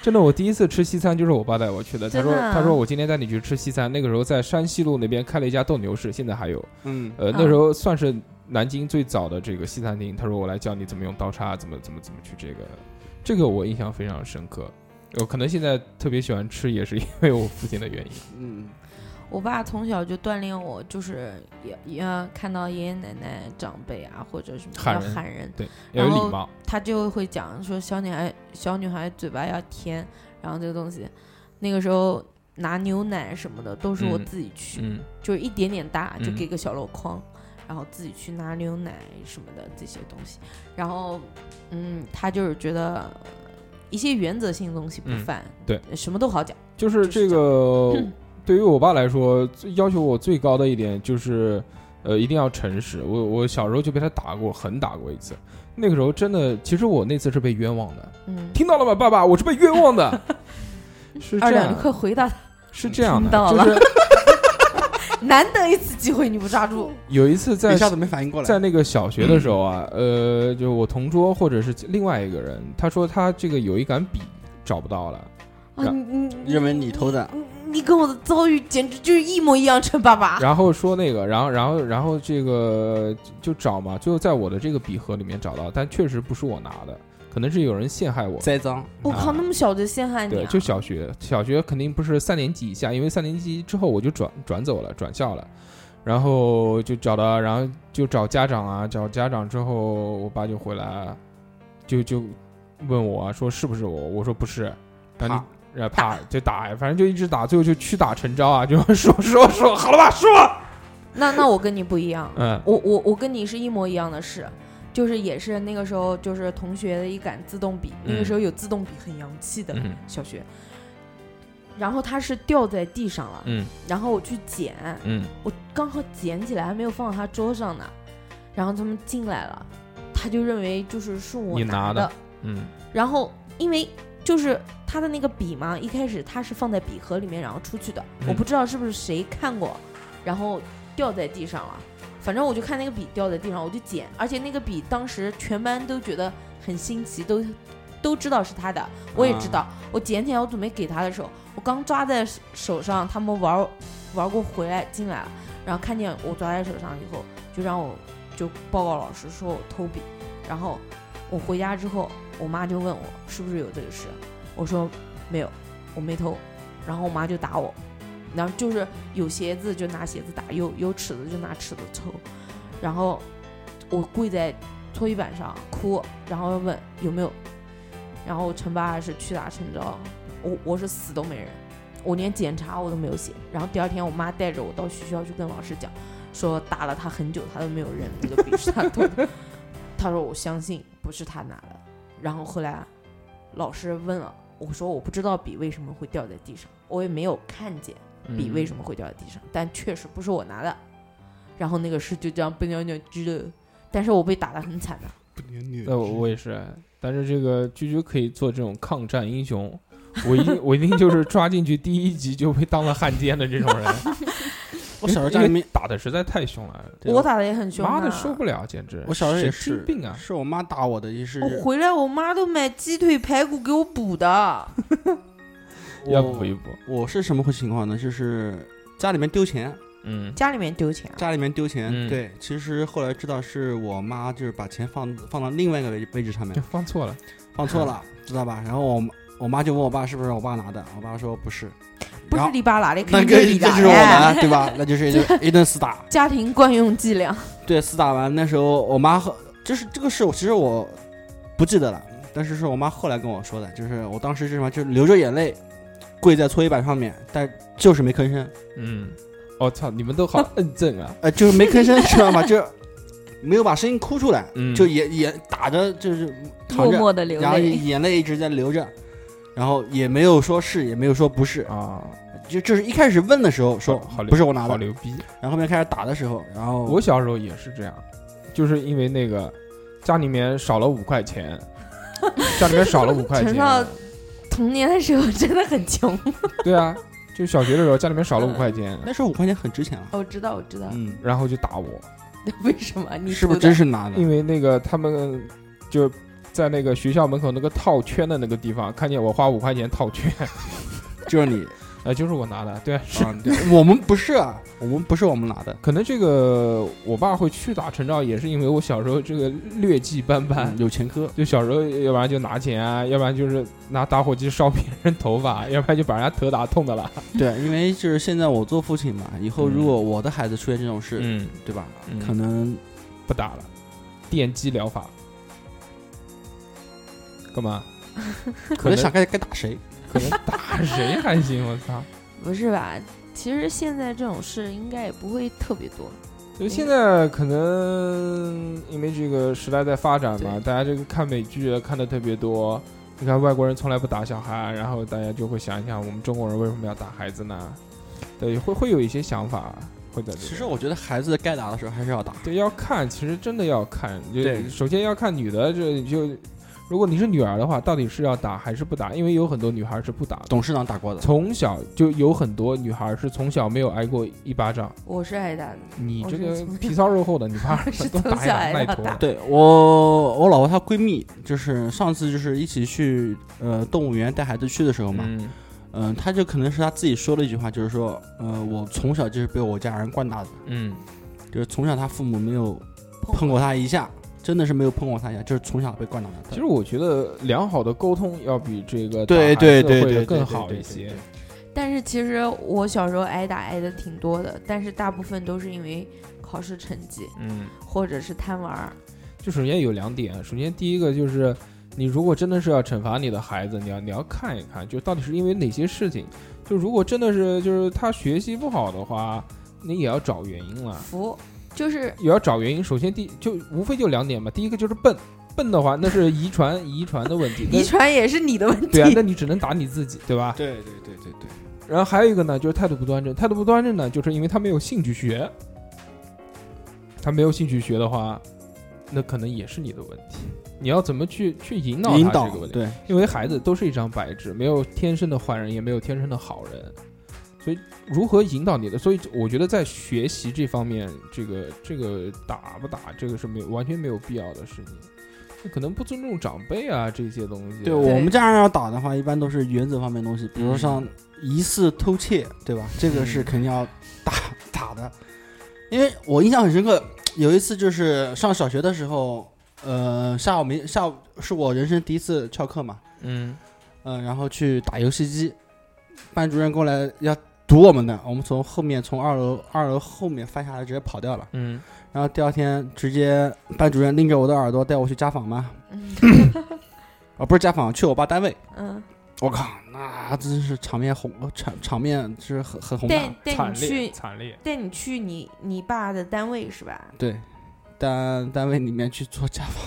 S9: 真的，我第一次吃西餐就是我爸带我去的。他说
S2: 真的：“啊
S9: 他说我今天带你去吃西餐。”那个时候在山西路那边开了一家斗牛士，现在还有。
S4: 嗯，
S9: 呃，
S2: 啊
S9: 那时候算是南京最早的这个西餐厅。他说我来教你怎么用刀叉，怎么怎么怎么去这个，这个我印象非常深刻。我可能现在特别喜欢吃，也是因为我父亲的原因。
S4: 嗯，
S2: 我爸从小就锻炼我，就是也也看到爷爷奶奶长辈啊，或者什么
S9: 喊
S2: 要
S9: 人
S2: 喊人，
S9: 对，要有
S2: 然后
S9: 礼貌。
S2: 他就会讲说小女孩小女孩嘴巴要甜，然后这个东西，那个时候拿牛奶什么的都是我
S9: 嗯
S2: 自己去，
S9: 嗯，
S2: 就是一点点大就
S9: 嗯
S2: 给个小箩筐，然后自己去拿牛奶什么的这些东西，然后嗯，他就是觉得嗯一些原则性的东西不
S9: 嗯
S2: 犯，
S9: 对，
S2: 什么都好讲，
S9: 就是这个， 对于我爸来说，最要求我最高的一点就是，呃，一定要诚实。我我小时候就被他打过，狠打过一次。那个时候真的，其实我那次是被冤枉的，
S2: 嗯，
S9: 听到了吗，爸爸？我是被冤枉的。是
S2: 二
S9: 这
S2: 两，
S9: 样
S2: 你，快回答他，
S9: 是这样的，
S11: 听到了
S9: 就是
S2: 难得一次机会你不抓 住，
S9: 有一次在
S4: 一下 子没啊反应过来，
S9: 在那个小学的时候啊，呃，就我同桌或者是另外一个人，他说他这个有一杆笔找不到了，
S2: 啊，
S9: 然
S2: 你你
S4: 认为你偷的，
S2: 你你跟我的遭遇简直就是一模一样，陈爸爸。
S9: 然后说那个，然后然后然后这个就就找嘛，最后在我的这个笔盒里面找到，但确实不是我拿的，可能是有人陷害我。啊
S4: 栽赃，
S2: 我靠，那么小就陷害你、
S9: 对，
S2: 啊，
S9: 就小学，小学肯定不是三年级以下，因为三年级之后我就转转走了，转校了，然后就找到，然后就找家长啊，找家长之后，我爸就回来，就就问我啊说是不是我，我说不是，
S4: 啪
S9: 然后你。然后怕就打，反正就一直打，最后就屈打成招啊，就说说说，好了吧，说，
S2: 那那我跟你不一样，
S9: 嗯
S2: 我我我跟你是一模一样的事，就是也是那个时候就是同学的一杆自动笔，
S9: 嗯
S2: 那个时候有自动笔很洋气的
S9: 嗯
S2: 小学，然后它是掉在地上了，
S9: 嗯
S2: 然后我去捡，
S9: 嗯，
S2: 我刚好捡起来还没有放到他桌上呢，然后他们进来了，他就认为就是是我
S9: 你拿
S2: 拿
S9: 的嗯
S2: 然后因为就是他的那个笔嘛，一开始他是放在笔盒里面，然后出去的，
S9: 嗯
S2: 我不知道是不是谁看过，然后掉在地上了。反正我就看那个笔掉在地上，我就捡，而且那个笔当时全班都觉得很新奇，都都知道是他的，我也知道。我捡起来，我准备给他的时候，我刚抓在手上，他们玩玩过回来进来了，然后看见我抓在手上以后，就让我就报告老师说我偷笔，然后我回家之后，我妈就问我是不是有这个事，我说没有，我没偷。然后我妈就打我，然后就是有鞋子就拿鞋子打，有有尺子就拿尺子抽。然后我跪在搓衣板上哭，然后问有没有，然后陈爸是屈打成招，我我是死都没认，我连检查我都没有写。然后第二天我妈带着我到学校去跟老师 讲，说打了他很久，他都没有认那个笔是他偷的。他说我相信，不是他拿的。然后后来老师问了，我说我不知道笔为什么会掉在地上，我也没有看见笔为什么会掉在地上，但确实不是我拿的。然后那个是就这样蹦尿尿吱的，但是我被打得很惨的。
S9: 呃，我我也是，但是这个居居可以做这种抗战英雄，我一定我一定就是抓进去第一集就被当了汉奸的这种人。
S4: 我小时候家里面，
S9: 打的实在太凶了，
S4: 对
S2: 我打的也很凶、啊，
S9: 妈的受不了，简直！
S4: 我小时候也
S9: 神
S4: 是
S9: 经病啊！哦
S4: 是我妈打我的，也是
S2: 我回来，我妈都买鸡腿排骨给我补的。
S9: 要补一补，
S4: 我是什么情况呢？就是家里面丢钱，
S9: 嗯
S2: 家里面丢钱啊，
S4: 家里面丢钱。
S9: 嗯
S4: 对，其实后来知道是我妈就是把钱放放到另外一个位位置上面
S9: 就，放错了，
S4: 放错了，知道吧？然后我妈我妈就问我爸是不是我爸拿的，我爸说不是，
S2: 不
S4: 然
S2: 是
S4: 后
S2: 你爸拿的，
S4: 那
S2: 肯定
S4: 个
S2: 你
S4: 这
S2: 拿
S4: 就是我
S2: 的。
S4: 拿的，对 吧？那就是一顿一顿厮打。
S2: 家庭惯用伎俩，
S4: 对，厮打完那时候，我妈后就是这个事，我其实我不记得了，但是是我妈后来跟我说的，就是我当时是什么，就是流着眼泪跪在搓衣板上面，但就是没吭声，
S9: 嗯，我、操，你们都 好摁正啊！
S4: 呃，就是没吭声，知道吗？就是没有把声音哭出来，
S9: 嗯
S4: 就眼眼打着就是躺
S11: 默
S4: 着，
S11: 默的流
S4: 然后
S11: 泪。
S4: 眼泪一直在流着，然后也没有说是，也没有说不是，
S9: 啊，
S4: 就就是一开始问的时候说
S9: 好好牛
S4: 不是我拿
S9: 好
S4: 的，哦
S9: 牛逼！
S4: 然后后面开始打的时候，然后
S9: 我小时候也是这样，就是因为那个家里面少了五 块钱，家里面少了五块
S2: 陈少
S9: 钱，啊
S2: 童年的时候真的很穷。
S9: 对啊，就小学的时候家里面少了五块钱，
S4: 那时候五块钱很值钱啊了，
S2: 我知道，我知道，
S4: 嗯，
S9: 然后就打我，
S2: 为什么你
S4: 是不是
S2: 图的
S4: 真是拿的？
S9: 因为那个他们就在那个学校门口那个套圈的那个地方，看见我花五块钱套圈，
S4: 就是 你，
S9: 呃，就是我拿的，对啊，是。
S4: 啊对我们不是啊，我们不是我们拿的，
S9: 可能这个我爸会去打陈照，也是因为我小时候这个劣迹斑斑
S4: 嗯，有前科，
S9: 就小时候要不然就拿钱啊，要不然就是拿打火机烧别人头发，啊 要不然就把人家头打痛的了。
S4: 对，因为就是现在我做父亲嘛，以后如果我的孩子出现这种事，
S9: 嗯，
S4: 对吧？
S9: 嗯
S4: 可能
S9: 不打了，电击疗法。干 嘛？
S4: 可
S9: 可
S4: 能想
S9: 能
S4: 该该打谁，
S9: 可能打谁还行，我操！
S2: 不是吧？其实现在这种事应该也不会特别多。
S9: 就现在可能因为这个时代在发展嘛，大家这个看美剧看的特别多。你看外国人从来不打小孩，然后大家就会想一想，我们中国人为什么要打孩子呢？对，会会有一些想法，会在这个。
S4: 其实我觉得孩子该打的时候还是要打，
S9: 对要看，其实真的要看。就
S4: 对
S9: 首先要看女的，这就如果你是女儿的话，到底是要打还是不打？因为有很多女孩是不打的，
S4: 董事长打过的，
S9: 从小就有很多女孩是从小没有挨过一巴掌。
S2: 我是挨打的，
S9: 你
S2: 我
S9: 这
S2: 是
S9: 个
S2: 从小
S9: 皮糙肉厚的，你怕
S2: 是
S9: 都
S2: 从
S9: 打一
S2: 小
S9: 打
S2: 挨
S9: 卖
S2: 到
S9: 头
S2: 大
S9: 了。
S4: 对我，我老婆她闺蜜就是上次就是一起去呃动物园带孩子去的时候嘛，
S9: 嗯
S4: 嗯、她就可能是她自己说了一句话，就是说，呃，我从小就是被我家人惯大的，
S9: 嗯，
S4: 就是从小她父母没有碰过她一下，真的是没有碰过她一下，就是从小被惯大的。
S9: 其实我觉得良好的沟通要比这个打
S4: 对
S9: 孩
S4: 对
S9: 子
S4: 对
S9: 会
S4: 对，
S9: 更
S4: 对
S9: 好
S4: 对
S9: 一
S4: 对对
S9: 些
S4: 对。
S2: 但是其实我小时候挨打挨的挺多的，但是大部分都是因为考试成绩
S9: 嗯，
S2: 或者是贪玩儿。
S9: 就首先有两点，首先第一个就是，你如果真的是要惩罚你的孩子，你要你要看一看，就到底是因为哪些事情。就如果真的是就是他学习不好的话，你也要找原因了，
S2: 服，就是
S9: 也要找原因。首先第就无非就两点嘛，第一个就是笨，笨的话那是遗传 遗传的问题，那
S2: 遗传也是你的问题。
S9: 对啊，那你只能打你自己，对吧？
S4: 对对对对对，
S9: 然后还有一个呢，就是态度不端正。态度不端正呢，就是因为他没有兴趣学，他没有兴趣学的话，那可能也是你的问题。你要怎么去去引导
S4: 引
S9: 他
S4: 导
S9: 这个问题？
S4: 对，
S9: 因为孩子都是一张白纸，没有天生的坏人，也没有天生的好人，所以如何引导你的？所以我觉得在学习这方面，这个这个打不打，这个是没有完全没有必要的事情。那可能不尊重长辈啊，这些东西。
S4: 对我们家人要打的话，一般都是原则方面的东西，比如说像疑似偷窃，对吧？这个是肯定
S9: 嗯
S4: 要打 打的，因为我印象很深刻，有一次就是上小学的时候，呃，下午没下午是我人生第一次翘课嘛，
S9: 嗯
S4: 嗯、然后去打游戏机，班主任过来要堵我们的，我们从后面从二楼二楼后面翻下来，直接跑掉了。
S9: 嗯，
S4: 然后第二天直接班主任拎着我的耳朵带我去家访嘛，
S2: 嗯
S4: 啊，不是家访，去我爸单位。
S2: 嗯，
S4: 我靠，那真是场面宏场场面是很很宏
S2: 带
S4: 大。
S2: 带你去
S9: 惨烈。
S2: 带你去你你爸的单位是吧？
S4: 对，单单位里面去做家访，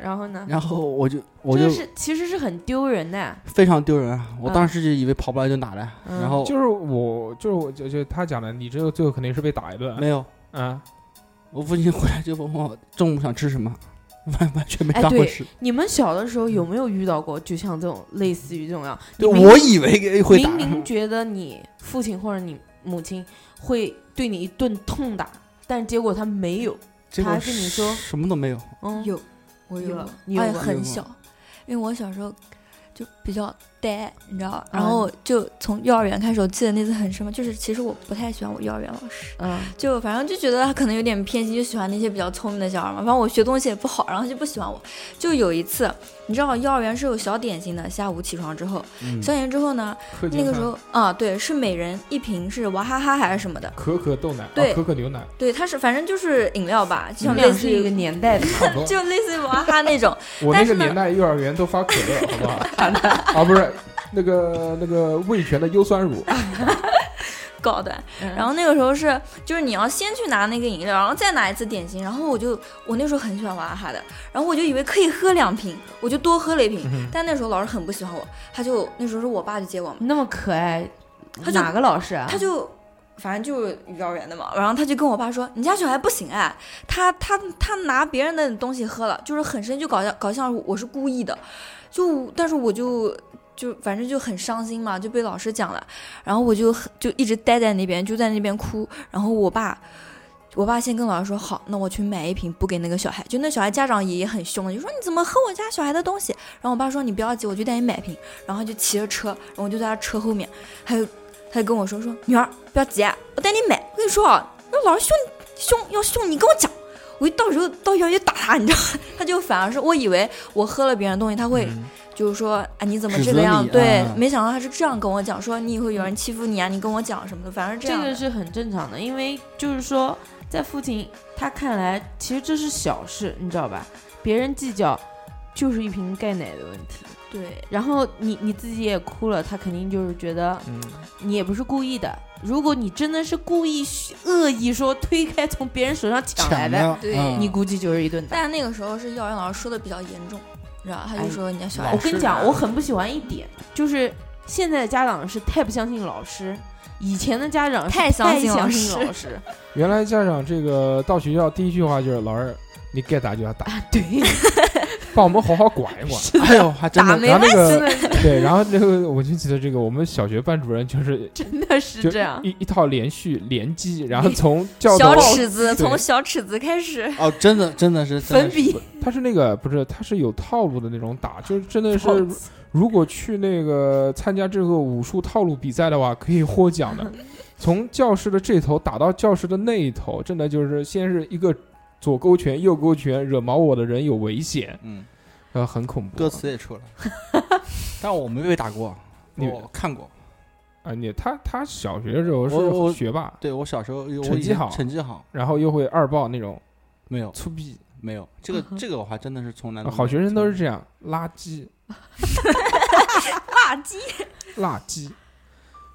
S2: 然后呢？
S4: 然后我就我
S2: 这
S4: 就是
S2: 其实是很丢人的，
S4: 非常丢人啊！我
S2: 嗯
S4: 当时就以为跑不来就拿来，
S2: 嗯
S4: 然后
S9: 就是我，就是我，就就他讲的，你这个最后肯定是被打一顿
S4: 没有。
S9: 啊。
S4: 我父亲回来就问我中午想吃什么，完完全没
S2: 哎
S4: 当回
S2: 对
S4: 事。
S2: 你们小的时候有没有遇到过，就像这种类似于这种啊样？
S4: 就
S2: 你明
S4: 我以为会打
S2: 明，明觉得你父亲或者你母亲会对你一顿痛打，但结果他没有。
S4: 结
S2: 他
S4: 果
S2: 跟你说
S4: 什么都没有。
S2: 嗯，
S11: 有，我
S2: 有
S11: 啊有过，
S2: 你有
S11: 而且
S2: 过
S4: 有
S11: 很
S4: 过
S11: 小，因为我小时候就比较呆，你知道，
S2: 嗯
S11: 然后就从幼儿园开始，我记得那次很深嘛，就是其实我不太喜欢我幼儿园老师，
S2: 嗯，
S11: 就反正就觉得他可能有点偏心，就喜欢那些比较聪明的小孩嘛。反正我学东西也不好，然后他就不喜欢我。就有一次，你知道幼儿园是有小点心的，下午起床之后，
S4: 嗯
S11: 小点心之后呢，
S9: 氪金
S11: 那个
S9: 饭
S11: 时候啊，对，是每人一瓶是娃哈哈还是什么的，
S9: 可可豆奶，啊
S11: 对
S9: 可可牛奶，
S11: 对，它是反正就是饮料吧，就
S2: 你
S11: 像
S2: 们俩
S11: 类
S2: 嗯
S11: 似
S2: 是一个
S11: 于。
S2: 年代的。
S9: 差不多。
S11: 就类似于娃哈哈那种，
S9: 我那
S11: 但
S9: 个
S11: 是呢
S9: 年代幼儿园都发可乐，好不好？ 啊，不是那个那个味全的优酸乳，
S11: 啊搞的，
S2: 然
S11: 然后那个时候是，就是你要先去拿那个饮料，然后再拿一次点心。然后我就，我那时候很喜欢娃哈哈的，然后我就以为可以喝两瓶，我就多喝了一瓶。但那时候老师很不喜欢我，他就那时候是我爸就接我嘛，
S2: 那么可爱，
S11: 他就
S2: 哪个老师啊？
S11: 他就反正就是幼儿园的嘛，然后他就跟我爸说，你家小孩不行哎，他他他拿别人的东西喝了，就是很生气，就搞笑搞像我是故意的，就但是我就。就反正就很伤心嘛，就被老师讲了，然后我就很就一直待在那边，就在那边哭。然后我爸，我爸先跟老师说好，那我去买一瓶补给那个小孩。就那小孩家长也很凶的，就说你怎么喝我家小孩的东西？然后我爸说你不要急，我就带你买一瓶。然后就骑着车，然后我就在他车后面，还有他就跟我说说女儿不要急啊，我带你买。我跟你说啊，那老师凶凶要凶你跟我讲，我一到时候到幼儿园打他，你知道吗？他就反而是我以为我喝了别人的东西，他会
S9: 嗯
S11: 就是说啊你怎么
S4: 指
S11: 这个
S4: 责
S11: 样？
S4: 你
S11: 对，
S4: 啊
S11: 没想到他是这样跟我讲，说你以后有人欺负你啊，你跟我讲什么的，反正这
S2: 这
S11: 样的。
S2: 个是很正常的，因为就是说，在父亲他看来，其实这是小事，你知道吧？别人计较就是一瓶钙奶的问题。
S11: 对，
S2: 然后你你自己也哭了，他肯定就是觉得
S9: 嗯，
S2: 你也不是故意的。如果你真的是故意恶意说推开从别人手上抢来
S4: 抢
S2: 的，哎
S4: 的，
S11: 对
S4: 嗯
S2: 你估计就是一顿打。
S11: 但那个时候是幼儿园老师说的比较严重，你知道，他
S2: 哎
S11: 就说你家小
S4: 老
S11: 孩
S2: 我
S4: 师
S2: 跟你讲，
S4: 啊
S2: 我很不喜欢一点，就是现在的家长是太不相信老师，以前的家长是
S11: 太相
S2: 太
S11: 信
S2: 相
S11: 老
S2: 信
S11: 师
S2: 老师。
S9: 原来家长这个到学校第一句话就是老师，你该打就要打，
S2: 对，
S9: 把我们好好管一管。
S4: 哎呦，还真
S11: 打
S4: 的
S11: 没
S9: 然后那
S11: 真
S9: 个
S11: 的
S9: 对，然后那个我就记得这个，我们小学班主任就是
S2: 真的是
S9: 就
S2: 这样。
S9: 一一套连续连击，然后从教
S11: 小
S9: 头
S11: 尺
S9: 对
S11: 子，从小尺子开始。
S4: 哦，真的真的是真的
S2: 粉
S4: 是
S2: 笔，
S9: 他是那个不是，他是有套路的那种打，就是真的是，如果去那个参加这个武术套路比赛的话，可以获奖 的。从教室的这头打到教室的那一头，真的就是先是一个左勾拳、右勾拳，惹毛我的人有危险，
S4: 嗯，
S9: 呃，很恐怖。
S4: 歌词也出了，但我没被打过，
S9: 你
S4: 我看过。
S9: 啊，你他他小学的时候
S4: 我我
S9: 是学霸，
S4: 对我小时候我
S9: 成
S4: 以
S9: 绩
S4: 前
S9: 好
S4: 成绩好
S9: 然后又会二报那种
S4: 没有
S9: 粗鄙，
S4: 没有，这
S2: 嗯
S4: 个这个我还真的是从来都没有
S9: 哦好学生都是
S4: 从
S9: 这样，垃圾。
S11: 垃圾。
S9: 辣鸡。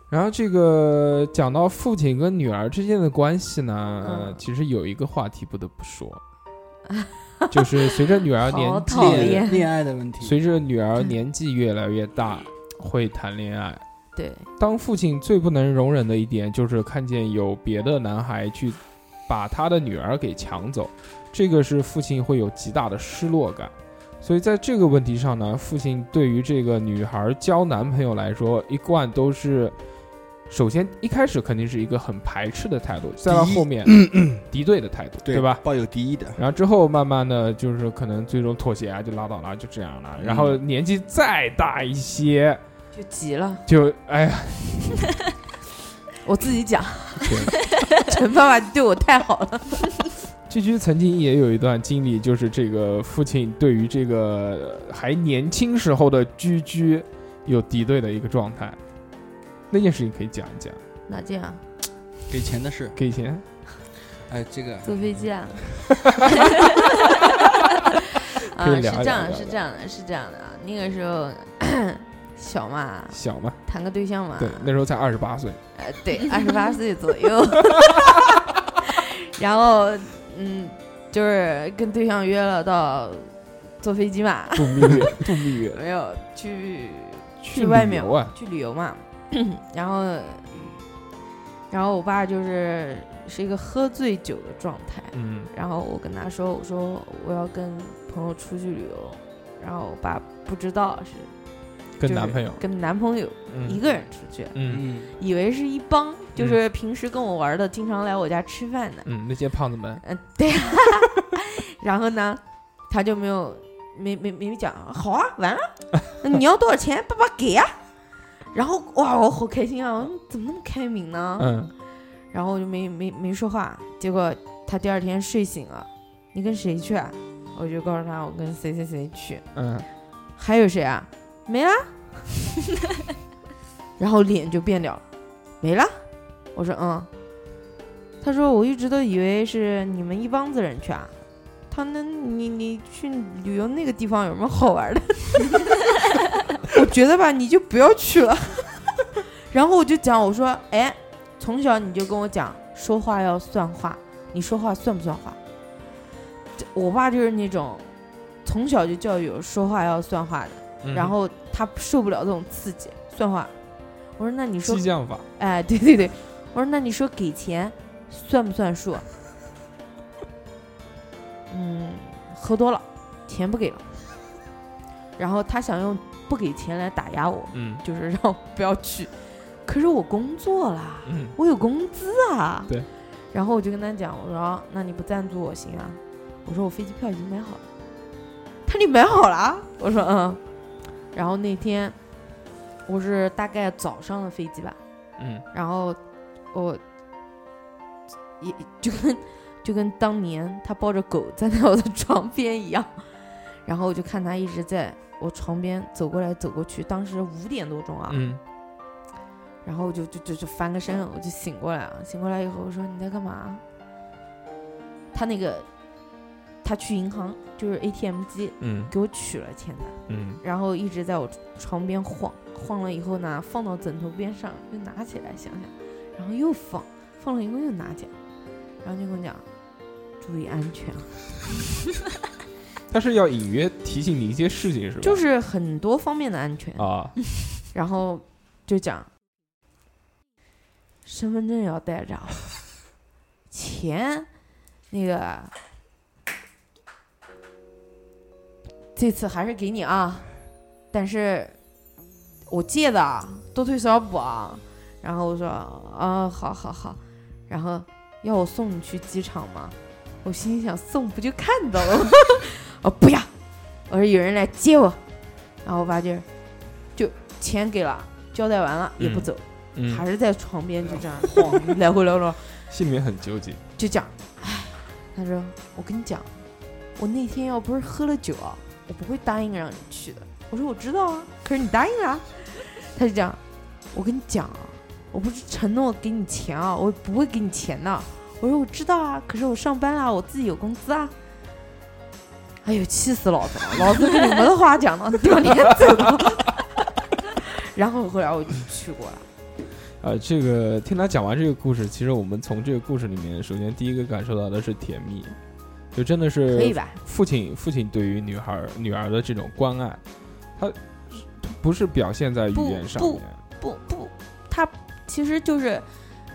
S9: 然后这个讲到父亲跟女儿之间的关系呢，
S2: 嗯
S9: 呃其实有一个话题不得不 说，就是随着女儿年纪，
S2: 好讨厌
S4: 恋恋爱的问题，
S9: 随着女儿年纪越来越大，会谈恋爱。
S2: 对，
S9: 当父亲最不能容忍的一点，就是看见有别的男孩去把他的女儿给抢走，这个是父亲会有极大的失落感。所以在这个问题上呢，父亲对于这个女孩交男朋友来说，一贯都是，首先一开始肯定是一个很排斥的态度，再到后面敌对的态度，对吧？
S4: 抱有敌意的，
S9: 然后之后慢慢的就是可能最终妥协啊，就拉倒了，就这样了。然后年纪再大一些，
S2: 就急了。
S9: 就哎呀，
S2: 我自己讲，
S9: 对。
S2: 陈爸爸对我太好了。
S9: 居居曾经也有一段经历，就是这个父亲对于这个呃还年轻时候的居居有敌对的一个状态。那件事情可以讲一讲，
S2: 哪件啊？
S4: 给钱的事，
S9: 给钱
S4: 哎，这个
S2: 坐飞 机啊？啊，
S9: 可以
S2: 是
S9: 聊一聊
S2: 这样，
S9: 聊一
S2: 是
S9: 聊
S2: 这样的，是这样的啊。那个时候小嘛，
S9: 小嘛，
S2: 谈个对象嘛，
S9: 对，那时候才二十八 岁，
S2: 呃，对，二十八岁左右。 然后，嗯，就是跟对象约了到坐飞机嘛，
S9: 度蜜月，度蜜月，
S2: 没有去
S9: 旅
S2: 外面
S9: 游啊，
S2: 去旅游嘛，然后然后我爸就是是一个喝醉酒的状态，
S9: 嗯，
S2: 然后我跟他说，我说我要跟朋友出去旅游，然后我爸不知道是
S9: 跟
S2: 就是
S9: 男朋友，
S2: 跟男朋友一
S9: 嗯
S2: 个人出去，
S4: 嗯，
S9: 嗯
S2: 以为是一帮，就是平时跟我玩的，经常来我家吃饭的。
S9: 嗯，那些胖子们，
S2: 嗯，对、啊。 然后呢，他就没有没没没讲，好啊，完了，那你要多少钱，爸爸给啊。然后哇，我好开心啊，我说怎么那么开明呢？
S9: 嗯，
S2: 然后我就没没没说话。结果他第二天睡醒了，你跟谁去啊？我就告诉他我跟谁谁谁去，
S9: 嗯，
S2: 还有谁啊？没啦。然后脸就变掉了，没啦。我说嗯。他说我一直都以为是你们一帮子人去啊。他那你你去旅游那个地方有什么好玩的？ 我觉得吧，你就不要去了。 然后我就讲，我说哎，从小你就跟我讲说话要算话，你说话算不算话？这我爸就是那种从小就教育我说话要算话的，
S9: 嗯
S2: 然后他受不了这种刺激，算话。我说那你说
S9: 激，将法，
S2: 哎， 对对对，我说那你说给钱算不算数？啊嗯，喝多了，钱不给了。然后他想用不给钱来打压我，
S9: 嗯
S2: 就是让我不要去。可是我工作啦，
S9: 嗯
S2: 我有工资啊。
S9: 对。
S2: 然后我就跟他讲，我说那你不赞助我行啊？我说我飞机票已经买好了。他说你买好了啊？我说嗯。然后那天我是大概早上的飞机吧，
S9: 嗯
S2: 然后我也就跟就跟当年他抱着狗站在我的床边一样，然后我就看他一直在我床边走过来走过去，当时五点多钟啊，
S9: 嗯
S2: 然后我就就就就翻个身，我就醒过来了。醒过来以后，我说你在干嘛？他那个，他去银行就是 ATM 机
S9: 嗯
S2: 给我取了钱的，
S9: 嗯
S2: 然后一直在我床边晃，晃了以后呢，放到枕头边上又拿起来想想，然后又放，放了以后又拿起来，然后就跟我讲注意安全啊，
S9: 他是要隐约提醒你一些事情是吧？
S2: 就是很多方面的安全。
S9: 啊，
S2: 然后就讲，身份证也要带着啊，钱，那个，这次还是给你啊，但是我借的啊，多退少补啊。然后我说啊，好好好，然后要我送你去机场吗？我心里想送不就看到了吗？ 哦不要，我说有人来接我，然后我爸就钱给了，交代完了也不
S9: 嗯
S2: 走，
S9: 嗯，
S2: 还是在床边就这样晃来回来回，
S9: 心里面很纠结，
S2: 就讲，哎，他说我跟你讲，我那天要不是喝了酒啊，我不会答应让你去的。我说我知道啊，可是你答应了、啊。他就讲，我跟你讲啊，我不是承诺给你钱啊，我不会给你钱的。我说我知道啊，可是我上班啦、我自己有工资啊。哎呦，气死老子了！老子跟你没得话讲了，掉脸走了。 然后后来我就去过了，
S9: 啊，这个听他讲完这个故事，其实我们从这个故事里面，首先第一个感受到的是甜蜜，就真的是
S2: 可以吧？
S9: 父亲父亲对于女孩儿女儿的这种关爱，他他不是表现在语
S2: 不
S9: 言上
S2: 不
S9: 面，
S2: 不不，他其实就是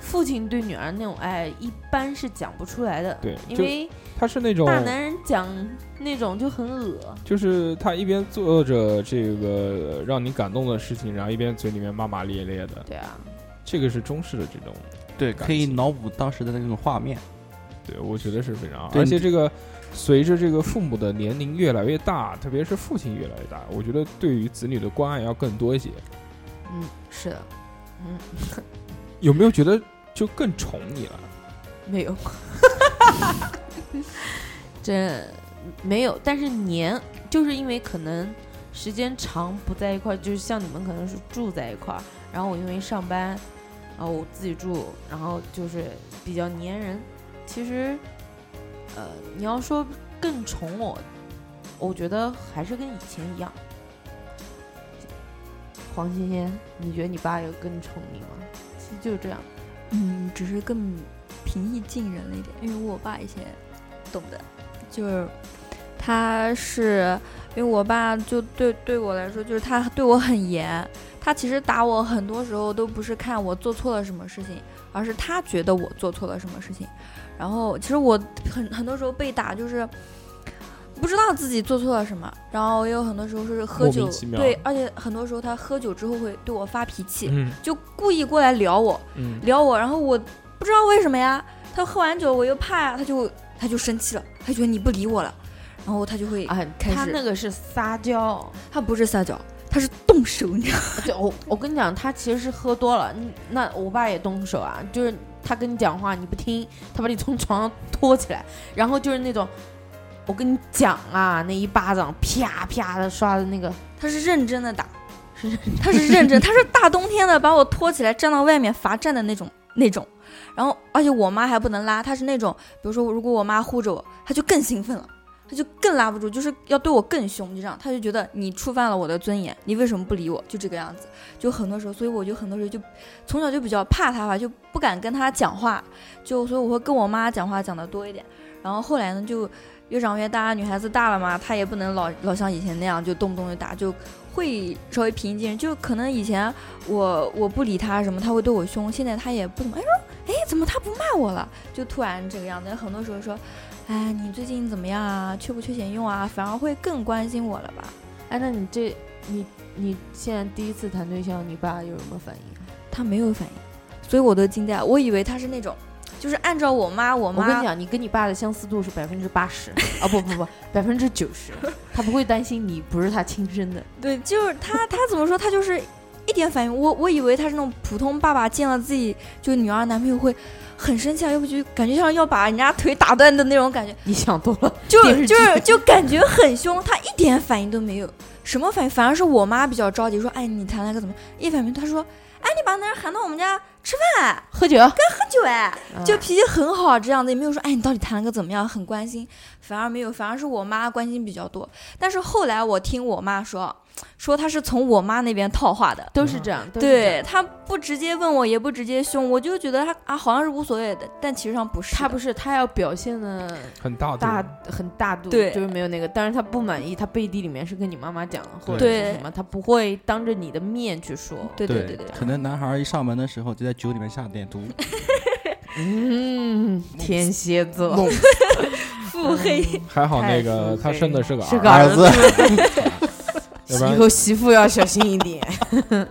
S2: 父亲对女儿那种爱，一般是讲不出来的。
S9: 对
S2: 因
S9: 就
S2: 为
S9: 他是那种
S2: 大男人讲那种就很恶。
S9: 就是他一边做着这个让你感动的事情，然后一边嘴里面骂骂咧咧的，
S2: 对啊，
S9: 这个是中式的这种，
S4: 对，
S9: 感
S4: 可以
S9: 情
S4: 脑补当时的那种画面。
S9: 对我觉得是非常好。
S4: 对
S9: 而且这个随着这个父母的年龄越来越大，特别是父亲越来越大，我觉得对于子女的关爱要更多一些。
S2: 嗯，是的，
S9: 有没有觉得就更宠你了？
S2: 没有， 这没有。但是年就是因为可能时间长不在一块儿，就是像你们可能是住在一块儿，然后我因为上班，然后我自己住，然后就是比较粘人。其实，呃，你要说更宠我，我觉得还是跟以前一样。黄欣欣，你觉得你爸有更宠你吗？其实就这样。
S11: 嗯，只是更平易近人了一点，因为我爸以前懂的，就是他他是因为我爸就对对我来说，就是他对我很严。他其实打我很多时候都不是看我做错了什么事情，而是他觉得我做错了什么事情。然后其实我很很多时候被打就是不知道自己做错了什么，然后也有很多时候是喝
S9: 莫名
S11: 酒
S9: 其，妙
S11: 对，而且很多时候他喝酒之后会对我发脾气，
S1: 嗯
S11: 就故意过来撩我，
S1: 嗯，
S11: 撩我，然后我不知道为什么呀，他喝完酒我又怕呀，他就他就生气了，他觉得你不理我了，然后他就会，
S2: 啊，
S11: 哎开
S2: 他
S11: 始
S2: 那个是撒娇。
S11: 他不是撒娇，他是动手，你知道吗？
S2: 对，我我跟你讲，他其实是喝多了，嗯那我爸也动手啊，就是他跟你讲话你不听，他把你从床上拖起来，然后就是那种，我跟你讲啊，那一巴掌啪啪的刷的那个，
S11: 他是认真的打，
S2: 是认
S11: 他是认真，他是大冬天的把我拖起来站到外面罚站的那种那种，然后而且我妈还不能拉，他是那种，比如说如果我妈护着我，他就更兴奋了。他就更拉不住，就是要对我更凶，就这样，他就觉得你触犯了我的尊严，你为什么不理我？就这个样子，就很多时候，所以我就很多时候就从小就比较怕他吧，就不敢跟他讲话，就所以我会跟我妈讲话讲的多一点。然后后来呢，就越长越大，女孩子大了嘛，她也不能老老像以前那样就动不动就打，就会稍微平易近人。就可能以前我我不理她什么，她会对我凶，现在她也不怎么哎呦哎怎么她不骂我了？就突然这个样子，很多时候说。哎，你最近怎么样啊？缺不缺钱用啊？反而会更关心我了吧？
S2: 哎，那你这你你现在第一次谈对象，你爸有什么反应？啊
S11: 他没有反应，所以我都惊呆了。我以为他是那种，就是按照我妈，我
S2: 我
S11: 妈
S2: 跟你讲，你跟你爸的相似度是百分之八十啊，不不不，百分之九十，他不会担心你不是他亲生的。
S11: 对，就是他，他怎么说？他就是一点反应。我我以为他是那种普通爸爸见了自己就女儿男朋友会很生气啊，要不就感觉像要把人家腿打断的那种感觉，
S2: 你想多了，
S11: 就
S2: 电视剧
S11: 就是就感觉很凶。他一点反应都没有，什么反应？反而是我妈比较着急，说：“哎，你谈了个怎么样？”一反应，她说：“哎，你把那人喊到我们家吃饭
S2: 喝酒，
S11: 喝酒哎。”就
S2: 啊
S11: 脾气很好，这样子也没有说，哎，你到底谈了个怎么样，很关心，反而没有，反而是我妈关心比较多。但是后来我听我妈说，说她是从我妈那边套话的，
S2: 都是这样，都是这
S11: 对
S2: 样。
S11: 她不直接问我，也不直接凶，我就觉得她啊好像是无所谓的，但其实上不是的，
S2: 他不是他要表现的
S9: 很
S4: 啊
S9: 大度
S2: 大很大度，
S11: 对
S2: 就是没有那个。但是他不满意，他背地里面是跟你妈妈讲的，或者
S11: 对
S2: 是什么，他不会当着你的面去说。
S11: 对对对对，
S4: 可能男孩一上门的时候就在酒里面下点毒，
S2: 嗯，天蝎座
S4: 弄
S11: 腹黑，
S9: 还好那
S2: 太
S9: 个
S2: 腹
S9: 他
S2: 黑
S9: 生的是个
S2: 是
S9: 儿
S2: 个
S4: 儿
S2: 子，
S9: 要不然
S2: 以后媳妇要小心一点。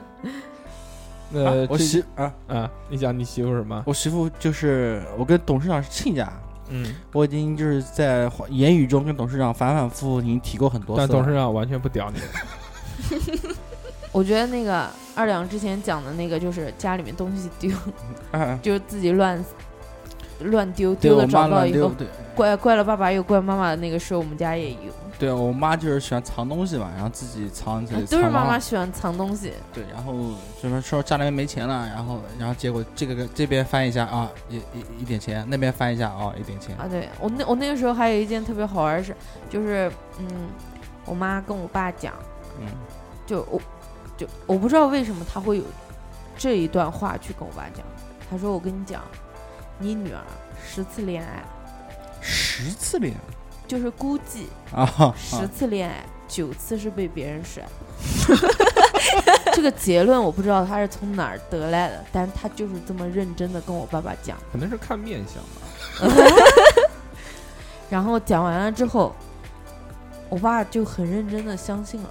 S9: 那
S4: 啊我
S9: 呃这
S4: 媳啊，
S9: 啊，你讲你媳妇什么？
S4: 我媳妇就是我跟董事长是亲家，
S9: 嗯，
S4: 我已经就是在言语中跟董事长反反复复已经提过很多次
S9: 但
S4: 了。
S9: 董事长完全不屌你。
S2: 我觉得那个二两之前讲的那个，就是家里面东西丢，
S4: 啊，
S2: 就是自己乱乱丢，
S4: 对
S2: 丢
S4: 我
S2: 了找
S4: 妈
S2: 不到
S4: 乱
S2: 以
S4: 丢，，
S2: 后
S4: 对，
S2: 怪怪了爸爸又怪妈妈的那个时候，我们家也有，
S4: 对我妈就是喜欢藏东西嘛，然后自己藏起来，
S2: 啊都是
S4: 藏
S2: 妈
S4: 到
S2: 妈喜欢藏东西。
S4: 对，然后就是说家里面没钱了，然后然后结果这个这边翻一下啊，一一一点钱，那边翻一下啊，一点钱，
S2: 啊，对我那我那个时候还有一件特别好玩的事，就是嗯，我妈跟我爸讲，
S4: 嗯，
S2: 就我就我不知道为什么她会有这一段话去跟我爸讲，她说我跟你讲，你女儿十次恋爱
S4: 十次脸
S2: 就是估计
S4: 啊，啊
S2: 十次恋爱九次是被别人甩。 这个结论我不知道她是从哪儿得来的，但她就是这么认真的跟我爸爸讲。
S9: 可能是看面相吧。
S2: 然后讲完了之后，我爸就很认真的相 信了。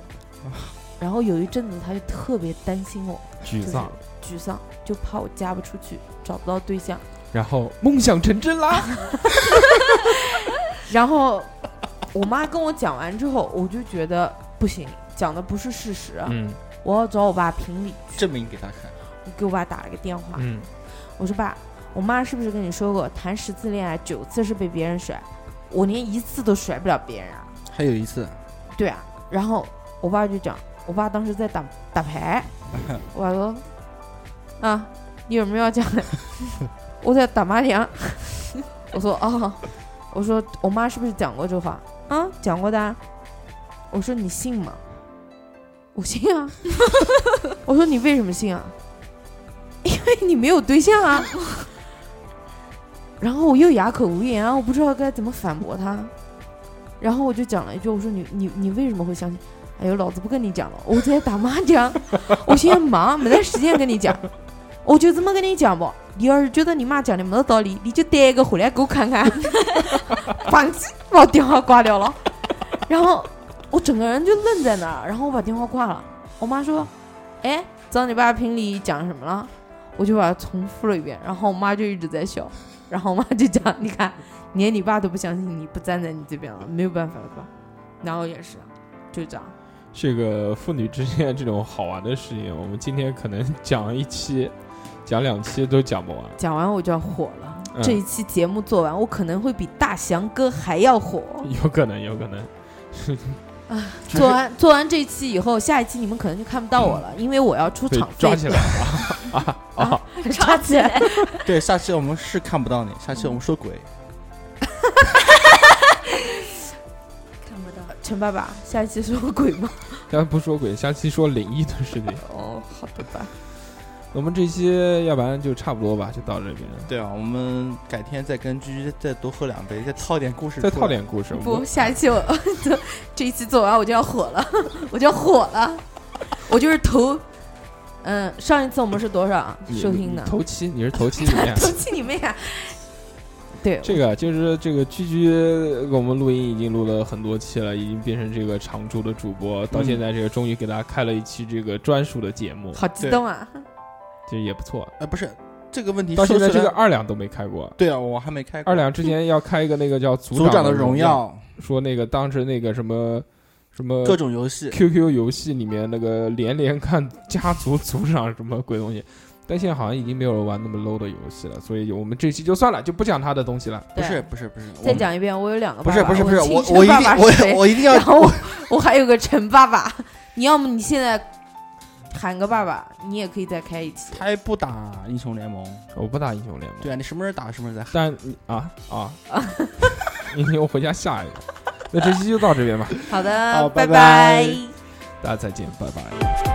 S2: 然后有一阵子，他就特别担心我，
S9: 沮丧，
S2: 沮丧，就怕我嫁不出去，找不到 对象。
S9: 然后梦想成真 啦。
S2: 然后我妈跟我讲完之后，我就觉得不行，讲的不是事实，啊
S9: 嗯
S2: 我要找我爸评理去。
S4: 证明给他看，
S2: 我给我爸打了个电话，
S9: 嗯，
S2: 我说爸，我妈是不是跟你说过，谈十次恋爱九次是被别人甩，我连一次都甩不了别人啊？
S4: 还有一次，
S2: 对啊，然后我爸就讲，我爸当时在打打牌，我爸说，啊，你有没有要讲的？ 我在打麻将。 我说哦，我说我妈是不是讲过这话？啊，讲过的、啊。我说你信吗？我信啊。 我说你为什么信啊？ 因为你没有对象啊。 然后我又哑口无言啊，我不知道该怎么反驳他。然后我就讲了一句，我说你你你为什么会相信？哎呦，老子不跟你讲了，我在打麻将， 我现在忙，没得时间跟你讲。我就这么跟你讲吧，你要是觉得你妈讲的没得道理，你就带一个回来给我看看。 反击，把电话挂掉了。然后我整个人就愣在那儿，然后我把电话挂了。我妈说：“哎，找你爸评理讲什么了？”我就把它重复了一遍，然后我妈就一直在笑。然后我妈就讲：“你看，连你爸都不相信你，不站在你这边了，没有办法了吧？”然后也是，就这样。
S9: 这个父女之间这种好玩的事情，我们今天可能讲一期、讲两期都讲不完。
S2: 讲完我就要火了。
S9: 嗯
S2: 这一期节目做完，我可能会比大翔哥还要火。
S9: 有可能，有可能，
S2: 做完做完这一期以后，下一期你们可能就看不到我了，因为我要出
S9: 嗯被
S2: 场费
S9: 抓起来 了。
S2: 啊，抓 起来。
S4: 对，下期我们是看不到你，下期我们说鬼。
S11: 看不到。
S2: 呃陈爸爸，下一期是我鬼吗？
S9: 刚才不说鬼，下期说灵异的事情。
S2: 哦，好的吧。
S9: 我们这期要不然就差不多吧，就到这边，
S4: 对啊，我们改天再跟居居再多喝两杯，再套点故事，
S9: 再套。点故事。我
S2: 不，
S9: 们
S2: 下一期我这这一期做完我就要火了，我就要火了，我就是头。嗯，上一次我们是多少啊
S9: 你
S2: 收听的
S9: 你？头七，你是头七里 面。
S2: 头七你妹啊！对，
S9: 这个就是这个居居跟我们录音已经录了很多期了，已经变成这个常驻的主播，到
S4: 嗯
S9: 现在这个终于给大家开了一期这个专属的节目，
S2: 好激动啊！
S9: 这也不错。
S4: 呃，不是这个问题，
S9: 到现在这个
S4: 个
S9: 二两都没开过，
S4: 对啊，我还没开过。
S9: 二两之前要开一个那个叫
S4: 组长
S9: 的
S4: 的荣
S9: 耀，
S4: 耀，
S9: 说那个当时那个什么什么
S4: 各种游戏，
S9: QQ 游戏里面那个连连看家族组长什么鬼东西，但现在好像已经没有人玩那么 low 的游戏了，所以我们这期就算了，就不讲他的东西了。
S4: 不是
S2: 对，
S4: 不是不是，我
S2: 再
S4: 们
S2: 讲一遍，我有两个
S4: 不
S2: 爸
S4: 是
S2: 爸，
S4: 不是不是，我
S2: 我
S4: 我一
S2: 亲生爸爸是
S4: 定
S2: 谁
S4: 我我一定要
S2: 然后我还有个陈爸爸，你要么你现在喊个爸爸，你也可以再开一期。
S4: 他还不打英雄联盟，
S9: 我不打英雄联盟，
S4: 对啊，你什么时候打什么时候再喊。
S9: 但你啊啊， 你你我回家下一个，那这期就到这边吧，
S2: 好的，
S4: 好拜
S2: 拜
S4: 拜
S9: 大家再见，拜拜。
S11: 拜拜。